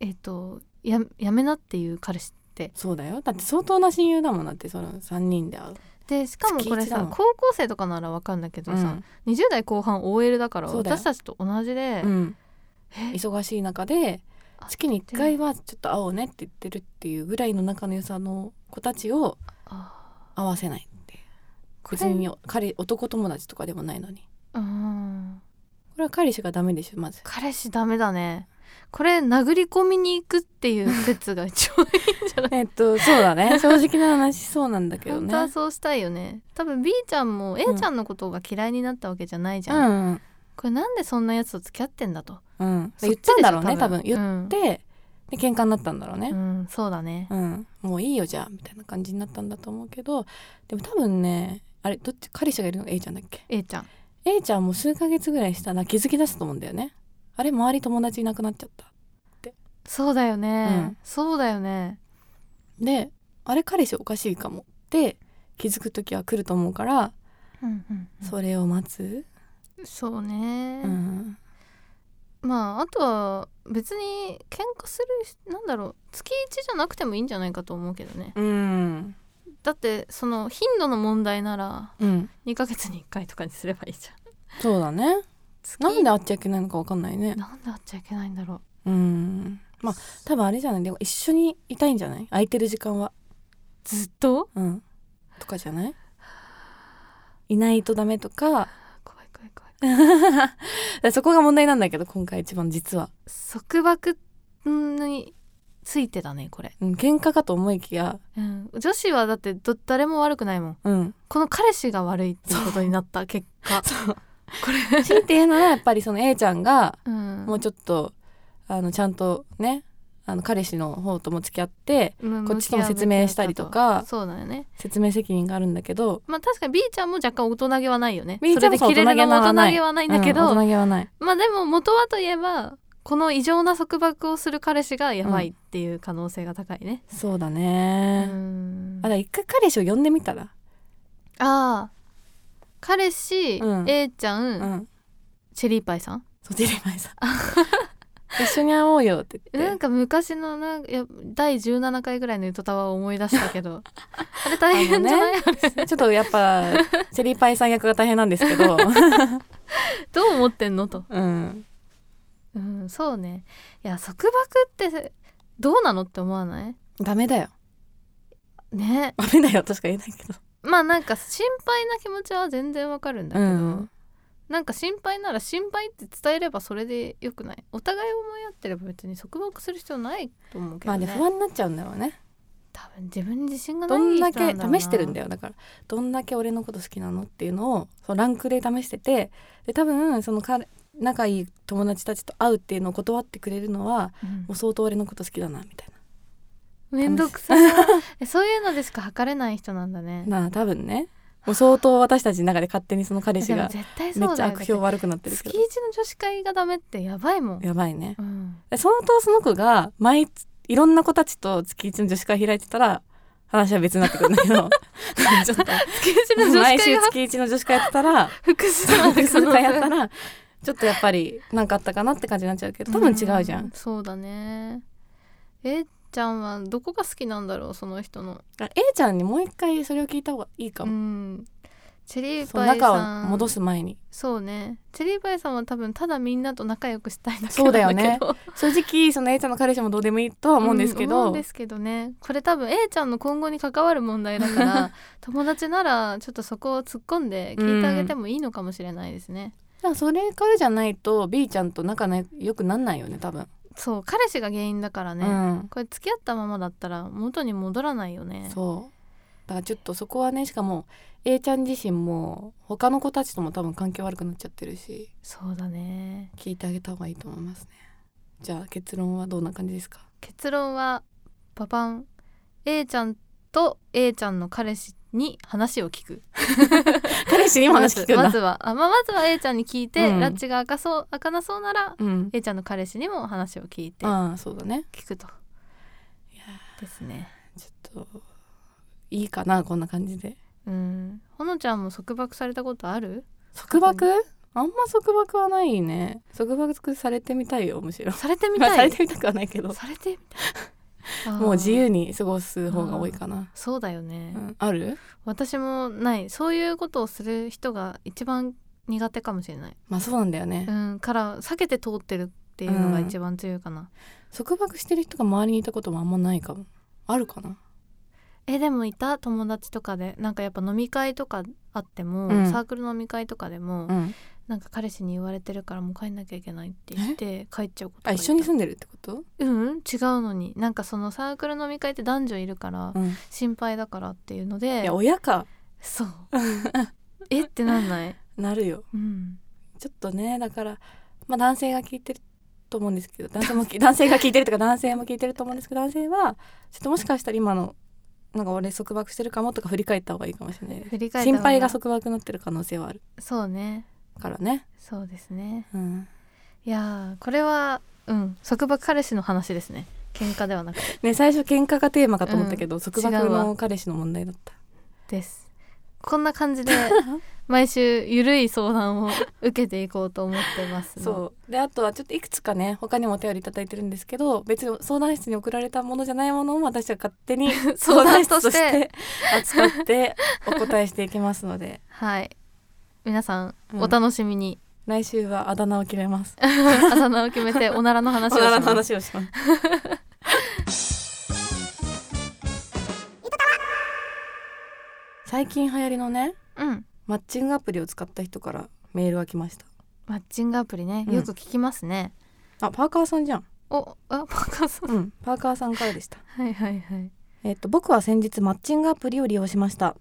Speaker 1: えっ、とややめなっていう彼氏って
Speaker 2: そうだよだって相当な親友だもんだってその3人で会う
Speaker 1: でしかもこれ
Speaker 2: 月一だ
Speaker 1: さ
Speaker 2: もん
Speaker 1: 高校生とかならわかるんだけどさ、20代後半 OL だから
Speaker 2: そうだよ
Speaker 1: 私たちと同じで、
Speaker 2: うんうん
Speaker 1: え
Speaker 2: 忙しい中で
Speaker 1: あ
Speaker 2: 月に1回はちょっと会おうねって言ってるっていうぐらいの仲の良さの子たちを
Speaker 1: あ
Speaker 2: 合わせないってい
Speaker 1: れ
Speaker 2: う別に彼男友達とかでもないのに
Speaker 1: うん
Speaker 2: これは彼氏がダメでしょまず
Speaker 1: 彼氏ダメだねこれ殴り込みに行くっていう説が一番いいんじゃない
Speaker 2: えっとそうだね 正直な話そうなんだけど
Speaker 1: 本
Speaker 2: ね
Speaker 1: 当はそうしたいよね多分 B ちゃんも A ちゃんのことが嫌いになったわけじゃないじゃん、
Speaker 2: うん
Speaker 1: これなんでそんなやつと付き合ってんだと
Speaker 2: うん
Speaker 1: そ
Speaker 2: 言
Speaker 1: ち
Speaker 2: っ
Speaker 1: でしたょ
Speaker 2: んだろうね多分
Speaker 1: う
Speaker 2: 言っ
Speaker 1: ん
Speaker 2: て、で喧嘩になったんだろうね
Speaker 1: うん、そうだね
Speaker 2: うん、もういいよじゃあみたいな感じになったんだと思うけどでも多分ねあれどっち彼氏がいるのが A ちゃんだっけ
Speaker 1: A ちゃん
Speaker 2: A ちゃんも数ヶ月ぐらいしたら気づき出すと思うんだよねあれ周り友達いなくなっちゃった
Speaker 1: そうだよね、
Speaker 2: うん
Speaker 1: そうだよね
Speaker 2: であれ彼氏おかしいかもって気づく時は来ると思うから、
Speaker 1: うんうん
Speaker 2: それを待つ、
Speaker 1: うんそうね、
Speaker 2: うん
Speaker 1: まああとは別に喧嘩するなんだろう月1じゃなくてもいいんじゃないかと思うけどね
Speaker 2: うん
Speaker 1: だってその頻度の問題なら
Speaker 2: うん、
Speaker 1: 2ヶ月に1回とかにすればいいじゃん
Speaker 2: そうだね
Speaker 1: 月
Speaker 2: なんで会っちゃいけないのかわかんないね
Speaker 1: なんで会っちゃいけないんだろ
Speaker 2: うんまあ多分あれじゃないでも一緒にいたいんじゃない空いてる時間は
Speaker 1: うずっと
Speaker 2: うん、とかじゃないいないとダメとか
Speaker 1: 怖い怖い怖い
Speaker 2: そこが問題なんだけど今回一番実は、
Speaker 1: 束縛についてだねこれ、
Speaker 2: うん、喧嘩かと思いきや
Speaker 1: うん、女子はだってど誰も悪くないもん
Speaker 2: うん
Speaker 1: この彼氏が悪いってことになった結果
Speaker 2: そう
Speaker 1: これ
Speaker 2: 強いて言うならやっぱりその A ちゃんが
Speaker 1: うん
Speaker 2: もうちょっとあのちゃんとねあの彼氏の方とも付き合って
Speaker 1: うん
Speaker 2: こっちとも説明したりとか
Speaker 1: そうだよね
Speaker 2: 説明責任があるんだけど
Speaker 1: まあ確かに B ちゃんも若干大人げはないよね
Speaker 2: B ちゃんも
Speaker 1: それで切れるのも大人げはないんだけど、
Speaker 2: うん大人げはない
Speaker 1: まあでも元はといえばこの異常な束縛をする彼氏がやばいっていう可能性が高いね、
Speaker 2: そうだ
Speaker 1: う
Speaker 2: ね、
Speaker 1: ん
Speaker 2: あだから一回彼氏を呼んでみたら
Speaker 1: ああ彼氏、
Speaker 2: うん
Speaker 1: A ちゃん、
Speaker 2: うん
Speaker 1: チェリーパイさん
Speaker 2: そちりまいさん一緒に会おうよって言って
Speaker 1: なんか昔のなんかいや第17回ぐらいの「ゆとたわ」を思い出したけどあれ大変じゃない、あれ
Speaker 2: ちょっとやっぱチェリーパイさん役が大変なんですけ ど、
Speaker 1: どう思ってんのと、
Speaker 2: うん、
Speaker 1: うん、そうねいや束縛ってどうなのって思わない
Speaker 2: ダメだよ
Speaker 1: ね
Speaker 2: ダメだよとしか言えないけど、
Speaker 1: まあなんか心配な気持ちは全然わかるんだけど、
Speaker 2: うん
Speaker 1: なんか心配なら心配って伝えればそれでよくないお互い思い合ってれば別に束縛する必要ないと思うけ
Speaker 2: ま
Speaker 1: どね,、
Speaker 2: あね不安になっちゃうんだろうね
Speaker 1: 多分自分に自信がない
Speaker 2: どんだけ
Speaker 1: 人なんろうな
Speaker 2: 試してるんだよだからどんだけ俺のこと好きなのっていうのをそのランクで試しててで多分その彼仲いい友達たちと会うっていうのを断ってくれるのは
Speaker 1: うん
Speaker 2: もう相当俺のこと好きだなみたい
Speaker 1: めんどくさいえそういうのでしか測れない人なんだね
Speaker 2: ななあ多分ねもう相当私たちの中で勝手にその彼氏
Speaker 1: でも
Speaker 2: が
Speaker 1: 絶対
Speaker 2: めっ
Speaker 1: そう
Speaker 2: ち
Speaker 1: だ
Speaker 2: ゃ
Speaker 1: よ
Speaker 2: 悪評悪くなってる
Speaker 1: 月
Speaker 2: け
Speaker 1: 一
Speaker 2: ど
Speaker 1: の女子会がダメってやばいもん、
Speaker 2: やばいね
Speaker 1: うん、
Speaker 2: で相当その子が毎いろんな子たちと月一の女子会開いてたら話は別になってくるんだ けど ちょっ
Speaker 1: 月
Speaker 2: と
Speaker 1: 一の女
Speaker 2: 毎
Speaker 1: 子会
Speaker 2: 週
Speaker 1: が
Speaker 2: 月一の女子会やってたら
Speaker 1: 複数ある
Speaker 2: 複
Speaker 1: 可
Speaker 2: 数
Speaker 1: 能
Speaker 2: 回やっ
Speaker 1: 性
Speaker 2: た
Speaker 1: が
Speaker 2: らちょっとやっぱり何かあったかなって感じになっちゃうけど多分違うじゃん。
Speaker 1: そうだねえーちゃんはどこが好きなんだろうその人の
Speaker 2: あ A ちゃんにもう一回それを聞いた方がいいか
Speaker 1: う
Speaker 2: も。
Speaker 1: んチェリー
Speaker 2: その
Speaker 1: パイ
Speaker 2: 仲
Speaker 1: さ
Speaker 2: を
Speaker 1: ん
Speaker 2: 戻す前に
Speaker 1: そうねチェリーパイさんは多分ただみんなと仲良くしたいだけ
Speaker 2: そうだよ
Speaker 1: なんだけど
Speaker 2: ね 正直その A ちゃんの彼氏もどうでもいいとは思うんですけ
Speaker 1: う
Speaker 2: ど、
Speaker 1: 思うんですけどねこれ多分 A ちゃんの今後に関わる問題だから友達ならちょっとそこを突っ込んで聞いてあげてもいいのかもしれないですね、
Speaker 2: だからそれからじゃないと B ちゃんと仲ね良くなんないよね多分。
Speaker 1: そう彼氏が原因だからね、
Speaker 2: うん
Speaker 1: これ付き合ったままだったら元に戻らないよね
Speaker 2: そうだからちょっとそこはねしかも A ちゃん自身も他の子たちとも多分関係悪くなっちゃってるし
Speaker 1: そうだね
Speaker 2: 聞いてあげた方がいいと思いますねじゃあ結論はどんな感じですか
Speaker 1: 結論はパパン A ちゃんと A ちゃんの彼氏に話を聞く
Speaker 2: 彼氏にも話聞くんだ
Speaker 1: まずはあ、まあ、まずは A ちゃんに聞いて、
Speaker 2: うん
Speaker 1: ラッチが開かそう開かなそうなら
Speaker 2: うん、
Speaker 1: A ちゃんの彼氏にも話を聞いて
Speaker 2: ああそうだね
Speaker 1: 聞くとですね
Speaker 2: ちょっといいかなこんな感じで
Speaker 1: うんほのちゃんも束縛されたことある
Speaker 2: 束縛あんま束縛はないね束縛されてみたいよむしろ
Speaker 1: されてみ
Speaker 2: まあ
Speaker 1: たい
Speaker 2: されてみたくはないけど
Speaker 1: されてみたいあー
Speaker 2: もう自由に過ごす方が多いかな
Speaker 1: そうだよね、
Speaker 2: うんある
Speaker 1: 私もないそういうことをする人が一番苦手かもしれない、
Speaker 2: まあそうなんだよね
Speaker 1: うん、から避けて通ってるっていうのが一番強いかな、
Speaker 2: 束縛してる人が周りにいたこともあんまないかもあるかな
Speaker 1: えでもいた友達とかでなんかやっぱ飲み会とかあっても、
Speaker 2: うん
Speaker 1: サークル飲み会とかでも、
Speaker 2: うん
Speaker 1: なんか彼氏に言われてるからもう帰んなきゃいけないって言って帰っちゃうことが
Speaker 2: あ
Speaker 1: い
Speaker 2: 一
Speaker 1: た
Speaker 2: 緒に住んでるってこと
Speaker 1: うん違うのになんかそのサークル飲み会って男女いるから
Speaker 2: うん
Speaker 1: 心配だからっていうので
Speaker 2: いや親か
Speaker 1: そう えってなんない
Speaker 2: なるよ
Speaker 1: うん
Speaker 2: ちょっとねだからまあ男性が聞いてると思うんですけど男性も聞 男性が聞いてるとか男性も聞いてると思うんですけど男性はちょっともしかしたら今のなんか俺束縛してるかもとか振り返った方がいいかもしれないです
Speaker 1: 振り返った
Speaker 2: 心
Speaker 1: 方
Speaker 2: 配が束縛になってる可能性はある
Speaker 1: そうね
Speaker 2: からね
Speaker 1: そうですね
Speaker 2: うん
Speaker 1: いやーこれはうん束縛彼氏の話ですね喧嘩ではなくて
Speaker 2: ね最初喧嘩がテーマかと思ったけど、束
Speaker 1: 違
Speaker 2: 縛
Speaker 1: うわ
Speaker 2: の彼氏の問題だった
Speaker 1: ですこんな感 じで毎週ゆるい相談を受けていこうと思ってます
Speaker 2: そうであとはちょっといくつかね他にもお便りいただいてるんですけど別に相談室に送られたものじゃないものを私は勝手に
Speaker 1: 相談室として
Speaker 2: 扱ってお答えしていきますので
Speaker 1: はい皆さん、
Speaker 2: うん
Speaker 1: お楽しみ に
Speaker 2: 来週はあだ名を決めます。
Speaker 1: あだ名を決めておならの話をし
Speaker 2: おならの
Speaker 1: ます
Speaker 2: 話をします。最近流行りのね
Speaker 1: うん
Speaker 2: マッチングアプリを使った人からメールが来ました。
Speaker 1: マッチングアプリね
Speaker 2: うん
Speaker 1: よく聞きますね、
Speaker 2: あパーカーさんじゃん。
Speaker 1: おあパカさん
Speaker 2: うんパーカーさんからでした。
Speaker 1: はいはいはい
Speaker 2: えっと、僕は先日マッチングアプリを利用しました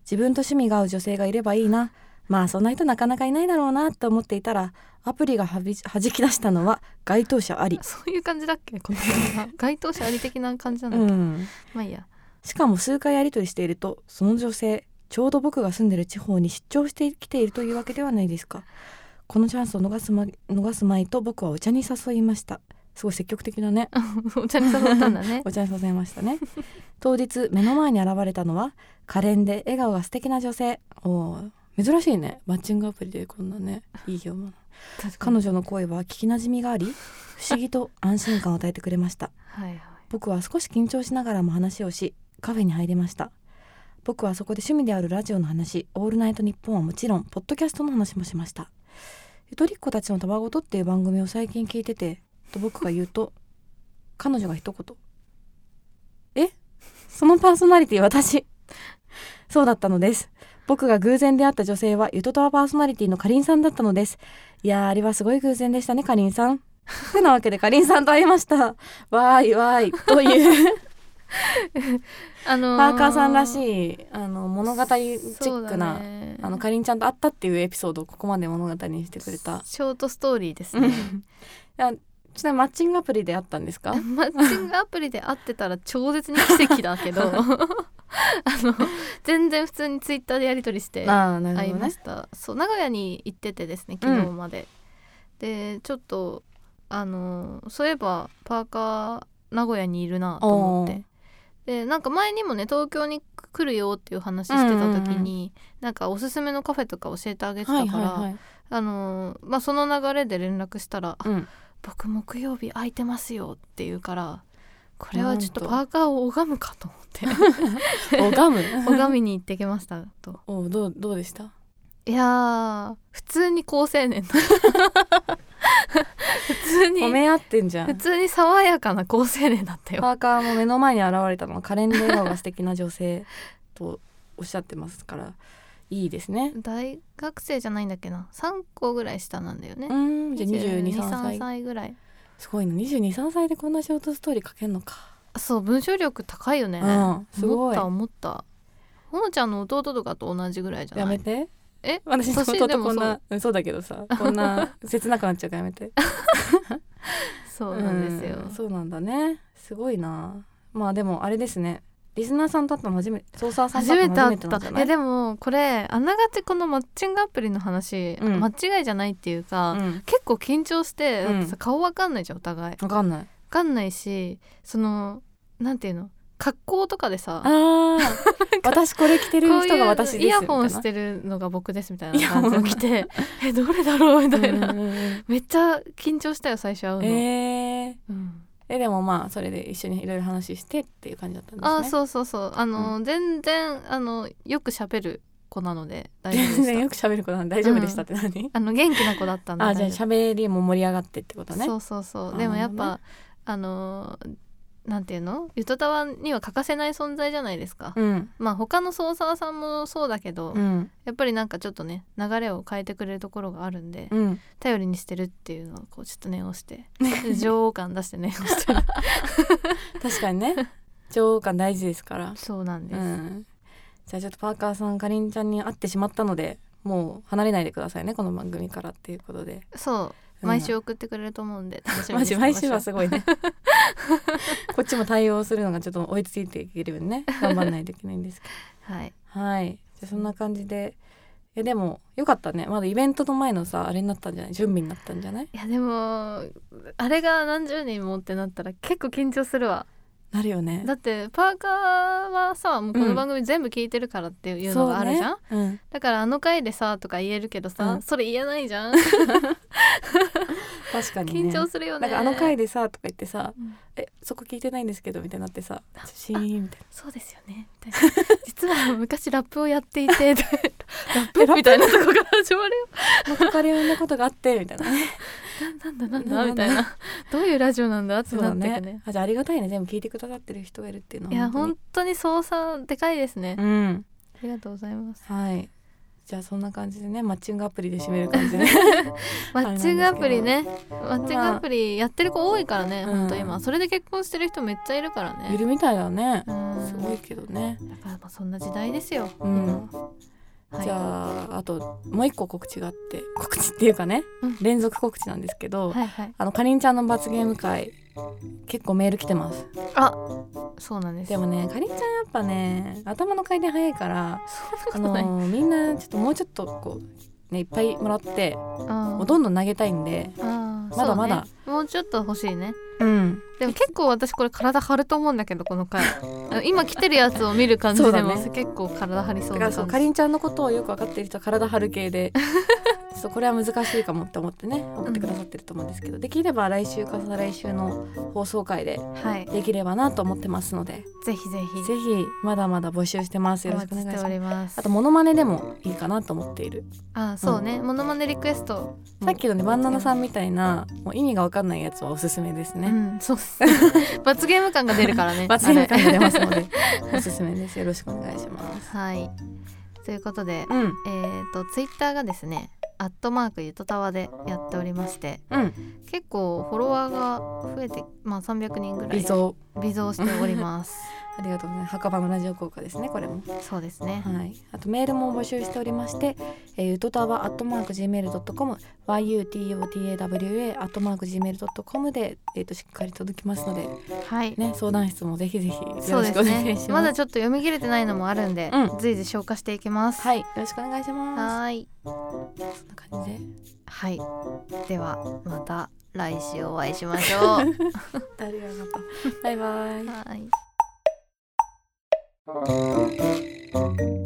Speaker 2: 自分と趣味が合う女性がいればいいなまあそんな人なかなかいないだろうなと思っていたらアプリがはび弾き出したのは該当者あり、
Speaker 1: そういう感じだっけこの人 は該当者あり的な感じなんだ
Speaker 2: う
Speaker 1: っけ、
Speaker 2: ん、
Speaker 1: まあいいや
Speaker 2: しかも数回やり取りしているとその女性ちょうど僕が住んでる地方に出張してきているというわけではないですかこのチャンスを逃すま 逃すまいと僕はお茶に誘いましたすごい積極的だね
Speaker 1: お茶に誘ったんだ ね
Speaker 2: お茶にさせましたね当日目の前に現れたのは可憐で笑顔が素敵な女性おー珍しいねマッチングアプリでこんなねいいような
Speaker 1: 確かに
Speaker 2: 彼女の声は聞きなじみがあり不思議と安心感を与えてくれました
Speaker 1: はいはい
Speaker 2: 僕は少し緊張しながらも話をしカフェに入りました僕はそこで趣味であるラジオの話「オールナイトニッポン」はもちろんポッドキャストの話もしましたゆとりっ子たちのたわごとっていう番組を最近聞いててと僕が言うと彼女が一言「えそのパーソナリティ私」そうだったのです僕が偶然出会った女性はゆとたわパーソナリティのかりんさんだったのですいやーあれはすごい偶然でしたねかりん さんてなわけでかりんさんと会いましたわーいわーい という
Speaker 1: あの
Speaker 2: パーカーさんら
Speaker 1: い
Speaker 2: しいあの物語チックな、あのかりんちゃんと会ったっていうエピソードをここまで物語にしてくれた
Speaker 1: ショートストーリーです
Speaker 2: うん
Speaker 1: ね
Speaker 2: いやちなみにマッチングアプリで会ったんですか
Speaker 1: マッチングアプリで会ってたら超絶に奇跡だけ どあの全然普通にツイッターでやり取りして
Speaker 2: ああな
Speaker 1: 会いました、そう名古屋に行っててですね昨日まで、でちょっとあのそういえばパーカー名古屋にいるなと思ってでなんか前にもね東京に来るよっていう話してた時
Speaker 2: うんうんう
Speaker 1: に、なんかおすすめのカフェとか教えてあげてたから、
Speaker 2: はいはいはい
Speaker 1: あのーまあ、その流れで連絡したら「あ
Speaker 2: うん
Speaker 1: 僕木曜日空いてますよ」って言うからこれはちょっと
Speaker 2: なんと
Speaker 1: パーカーを拝むかと思って
Speaker 2: 拝む
Speaker 1: 拝みに行ってきましたと
Speaker 2: おうどうどうでした
Speaker 1: いやー普通に好青年だ 普通
Speaker 2: 褒
Speaker 1: に
Speaker 2: め合ってんじゃ
Speaker 1: 普
Speaker 2: ん
Speaker 1: 通に爽やかな好青年だったよ
Speaker 2: パーカーも目の前に現れたのは可憐で笑顔が素敵な女性とおっしゃってますからいいですね
Speaker 1: 大学生じゃないんだっけな3個ぐらい下なんだよ
Speaker 2: う
Speaker 1: ね
Speaker 2: んじゃあ
Speaker 1: 22
Speaker 2: 2223
Speaker 1: 3
Speaker 2: 歳
Speaker 1: 歳ぐらい
Speaker 2: すごいな223歳でこんなショートストーリー書けんのか
Speaker 1: そう文章力高いよね、
Speaker 2: うんすご
Speaker 1: 思っ
Speaker 2: い
Speaker 1: た思ったほのちゃんの弟とかと同じぐらいじゃ
Speaker 2: や
Speaker 1: ない
Speaker 2: めて
Speaker 1: え
Speaker 2: 私の弟
Speaker 1: で
Speaker 2: と
Speaker 1: も
Speaker 2: こん
Speaker 1: そ
Speaker 2: な
Speaker 1: う
Speaker 2: うんそうだけど さこんな切なくなっちゃうからやめて
Speaker 1: そうなんですよ、
Speaker 2: うんそうなんだねすごいなまあでもあれですねリスナーさんと会ったの初めてソーサーさんと
Speaker 1: 初
Speaker 2: 会っ
Speaker 1: め
Speaker 2: た
Speaker 1: て
Speaker 2: の初
Speaker 1: 会
Speaker 2: め
Speaker 1: って
Speaker 2: なん
Speaker 1: た
Speaker 2: じゃ
Speaker 1: い
Speaker 2: ない
Speaker 1: やでもこれあながちこのマッチングアプリの話、
Speaker 2: うん
Speaker 1: 間違いじゃないっていうか、
Speaker 2: うん
Speaker 1: 結構緊張して
Speaker 2: うん
Speaker 1: だってさ顔わかんないじゃんお互いわ
Speaker 2: わかんない
Speaker 1: かんないしそのなんていうの格好とかでさ
Speaker 2: ああ私これ着て
Speaker 1: こ
Speaker 2: る
Speaker 1: う
Speaker 2: 人が
Speaker 1: いう
Speaker 2: 私です
Speaker 1: イヤホンしててるのが僕ですみたいな感じを着て えどれだろうみた いな、めっちゃ緊張したよ最初会うの、
Speaker 2: えー
Speaker 1: うん
Speaker 2: えでもまあそれで一緒にいろいろ話してっていう感じだったんですね
Speaker 1: あそうそうそうあの、全然あのよく喋る子なので大丈夫で
Speaker 2: 全
Speaker 1: し
Speaker 2: 然
Speaker 1: た
Speaker 2: よく喋ることなんで大丈夫でしたって何、
Speaker 1: あの元気な子だったんで
Speaker 2: あじゃあ
Speaker 1: 大丈夫
Speaker 2: 喋りも盛り上がってってことね
Speaker 1: そうそうそ
Speaker 2: あー
Speaker 1: うでもやっぱ、
Speaker 2: な
Speaker 1: あのーなんていうのゆとたわには欠かせない存在じゃないですか、
Speaker 2: うん
Speaker 1: まあ他の捜査さんもそうだけど、
Speaker 2: うん
Speaker 1: やっぱりなんかちょっとね流れを変えてくれるところがあるんで、
Speaker 2: うん
Speaker 1: 頼りにしてるっていうのをこうちょっと念を押して 女王感出して念を押してる
Speaker 2: 確かにね情報感大事ですから
Speaker 1: そうなんで
Speaker 2: う
Speaker 1: す、
Speaker 2: んじゃあちょっとパーカーさんかりんちゃんに会ってしまったのでもう離れないでくださいねこの番組からっていうことで
Speaker 1: そう
Speaker 2: うん
Speaker 1: 毎週送ってくれると思うんで楽しみ
Speaker 2: マ
Speaker 1: にしてましょ
Speaker 2: ジ
Speaker 1: う
Speaker 2: 毎週はすごいね こっちも対応するのがちょっと追いついていけるようにね頑張んないといけないんですけ
Speaker 1: はい
Speaker 2: どはいじゃあそんな感じでえでもよかったねまだイベントの前のさあれになったんじゃない準備になったんじゃない
Speaker 1: いやでもあれが何十人もってなったら結構緊張するわ
Speaker 2: なるよね
Speaker 1: だってパーカーはさもうこの番組全部聞いてるからっていうのがあるじゃん、
Speaker 2: そうねうん
Speaker 1: だからあの回でさとか言えるけどさ、
Speaker 2: うん
Speaker 1: それ言えないじ ゃん
Speaker 2: 確かにね
Speaker 1: 緊張するよ
Speaker 2: な
Speaker 1: ね
Speaker 2: んかあの回でさとか言ってさ
Speaker 1: うん
Speaker 2: 「えそこ聞いてないんですけど」みたいになってさ「シーン」みたいな
Speaker 1: そうですよねみたいな実は昔ラップをやってい てラッ
Speaker 2: えラッ
Speaker 1: プ
Speaker 2: プ
Speaker 1: みたいなとこから始まるよ
Speaker 2: 「元カレ呼んだことがあって」みたいな
Speaker 1: なんだなん
Speaker 2: な
Speaker 1: だ
Speaker 2: んだ
Speaker 1: みたいなどういうラジオなんだって
Speaker 2: そう
Speaker 1: な
Speaker 2: だ
Speaker 1: ってくね
Speaker 2: ねあじゃあありがたいね全部聞いてくださってる人がいるっていうのはい
Speaker 1: や本当に操作でかいですね、
Speaker 2: 当にうん
Speaker 1: ありがとうございます
Speaker 2: はいじゃあそんな感じでねマッチングアプリで締める感じで
Speaker 1: マッチングアプリねマッチングアプリやってる子多いからね、
Speaker 2: うん
Speaker 1: ほんと今それで結婚してる人めっちゃいるから
Speaker 2: い
Speaker 1: ね
Speaker 2: るみたいだね
Speaker 1: うん
Speaker 2: すごいけどね
Speaker 1: だからまあそんな時代ですよ、
Speaker 2: うん
Speaker 1: はい
Speaker 2: じゃああともう一個告知があって告知っていうかね
Speaker 1: うん
Speaker 2: 連続告知なんですけど
Speaker 1: はいはい
Speaker 2: あのかりんちゃんの罰ゲーム会結構メール来てます
Speaker 1: そうなんです
Speaker 2: でもねかりんちゃんやっぱね頭の回転早いから
Speaker 1: そ
Speaker 2: あ
Speaker 1: んなことない、
Speaker 2: のーみんなちょっともうちょっとこうねいっぱいもらって
Speaker 1: あ
Speaker 2: もう
Speaker 1: ー
Speaker 2: どんどん投げたいんで
Speaker 1: あー
Speaker 2: まだまだ
Speaker 1: そうねもうちょっと欲しいね
Speaker 2: うん
Speaker 1: でも結構私これ体張ると思うんだけどこの 回あの今来てるやつを見る感じ
Speaker 2: そう
Speaker 1: で
Speaker 2: だ
Speaker 1: も、
Speaker 2: ね
Speaker 1: 結構体張りそ
Speaker 2: だ
Speaker 1: う
Speaker 2: か
Speaker 1: な
Speaker 2: らそうか
Speaker 1: 感じ
Speaker 2: りんちゃんのことをよく分かっている人は体張る系 でちょっとこれは難しいかもって思ってね送ってくださってると思うんですけどできれば来週か再来週の放送回で
Speaker 1: はい
Speaker 2: できればなと思ってますので
Speaker 1: ぜひぜひ
Speaker 2: ぜひまだまだ募集してます
Speaker 1: お
Speaker 2: よろし
Speaker 1: 待
Speaker 2: くお
Speaker 1: ち
Speaker 2: 願い
Speaker 1: し
Speaker 2: してま
Speaker 1: おり
Speaker 2: す
Speaker 1: ます
Speaker 2: あとモノマネでもいいかなと思っている
Speaker 1: あーそうね、モノマネリクエスト
Speaker 2: さっきのねバンナナさんみたいなもう意味が分かんないやつはおすすめですね、
Speaker 1: うん、そうっ す。罰ゲーム感が出るからね。
Speaker 2: 罰ゲーム
Speaker 1: あ
Speaker 2: 感
Speaker 1: れ
Speaker 2: が出ますのでおすすめですよろしくお願いします
Speaker 1: はい。ということで、
Speaker 2: うん
Speaker 1: えっ、と、ツイッターがですね、アットマークゆとたわでやっておりまして、
Speaker 2: うん
Speaker 1: 結構フォロワーが増えて、まあ300人ぐらい
Speaker 2: 微増
Speaker 1: 微増しており ます。
Speaker 2: ありがとうございます墓場のラジオ効果ですねこれも
Speaker 1: そうですね。
Speaker 2: はいあとメールも募集しておりまして、えー、うとたわアットマーク gmail.com yutotawa アットマーク gmail.com で、えー、としっかり届きますので
Speaker 1: はい。
Speaker 2: ね相談室もぜひぜひよろしく
Speaker 1: そ
Speaker 2: お
Speaker 1: う
Speaker 2: 願い
Speaker 1: で
Speaker 2: します
Speaker 1: すね。まだちょっと読み切れてないのもあるんで、
Speaker 2: うん
Speaker 1: 随時消化していきます。
Speaker 2: はいよろしくお願いしま
Speaker 1: はーい。
Speaker 2: すそんな感じで
Speaker 1: はい。では、また来週お会いしま しょう。は
Speaker 2: 誰が上がったバイバイ
Speaker 1: ーい。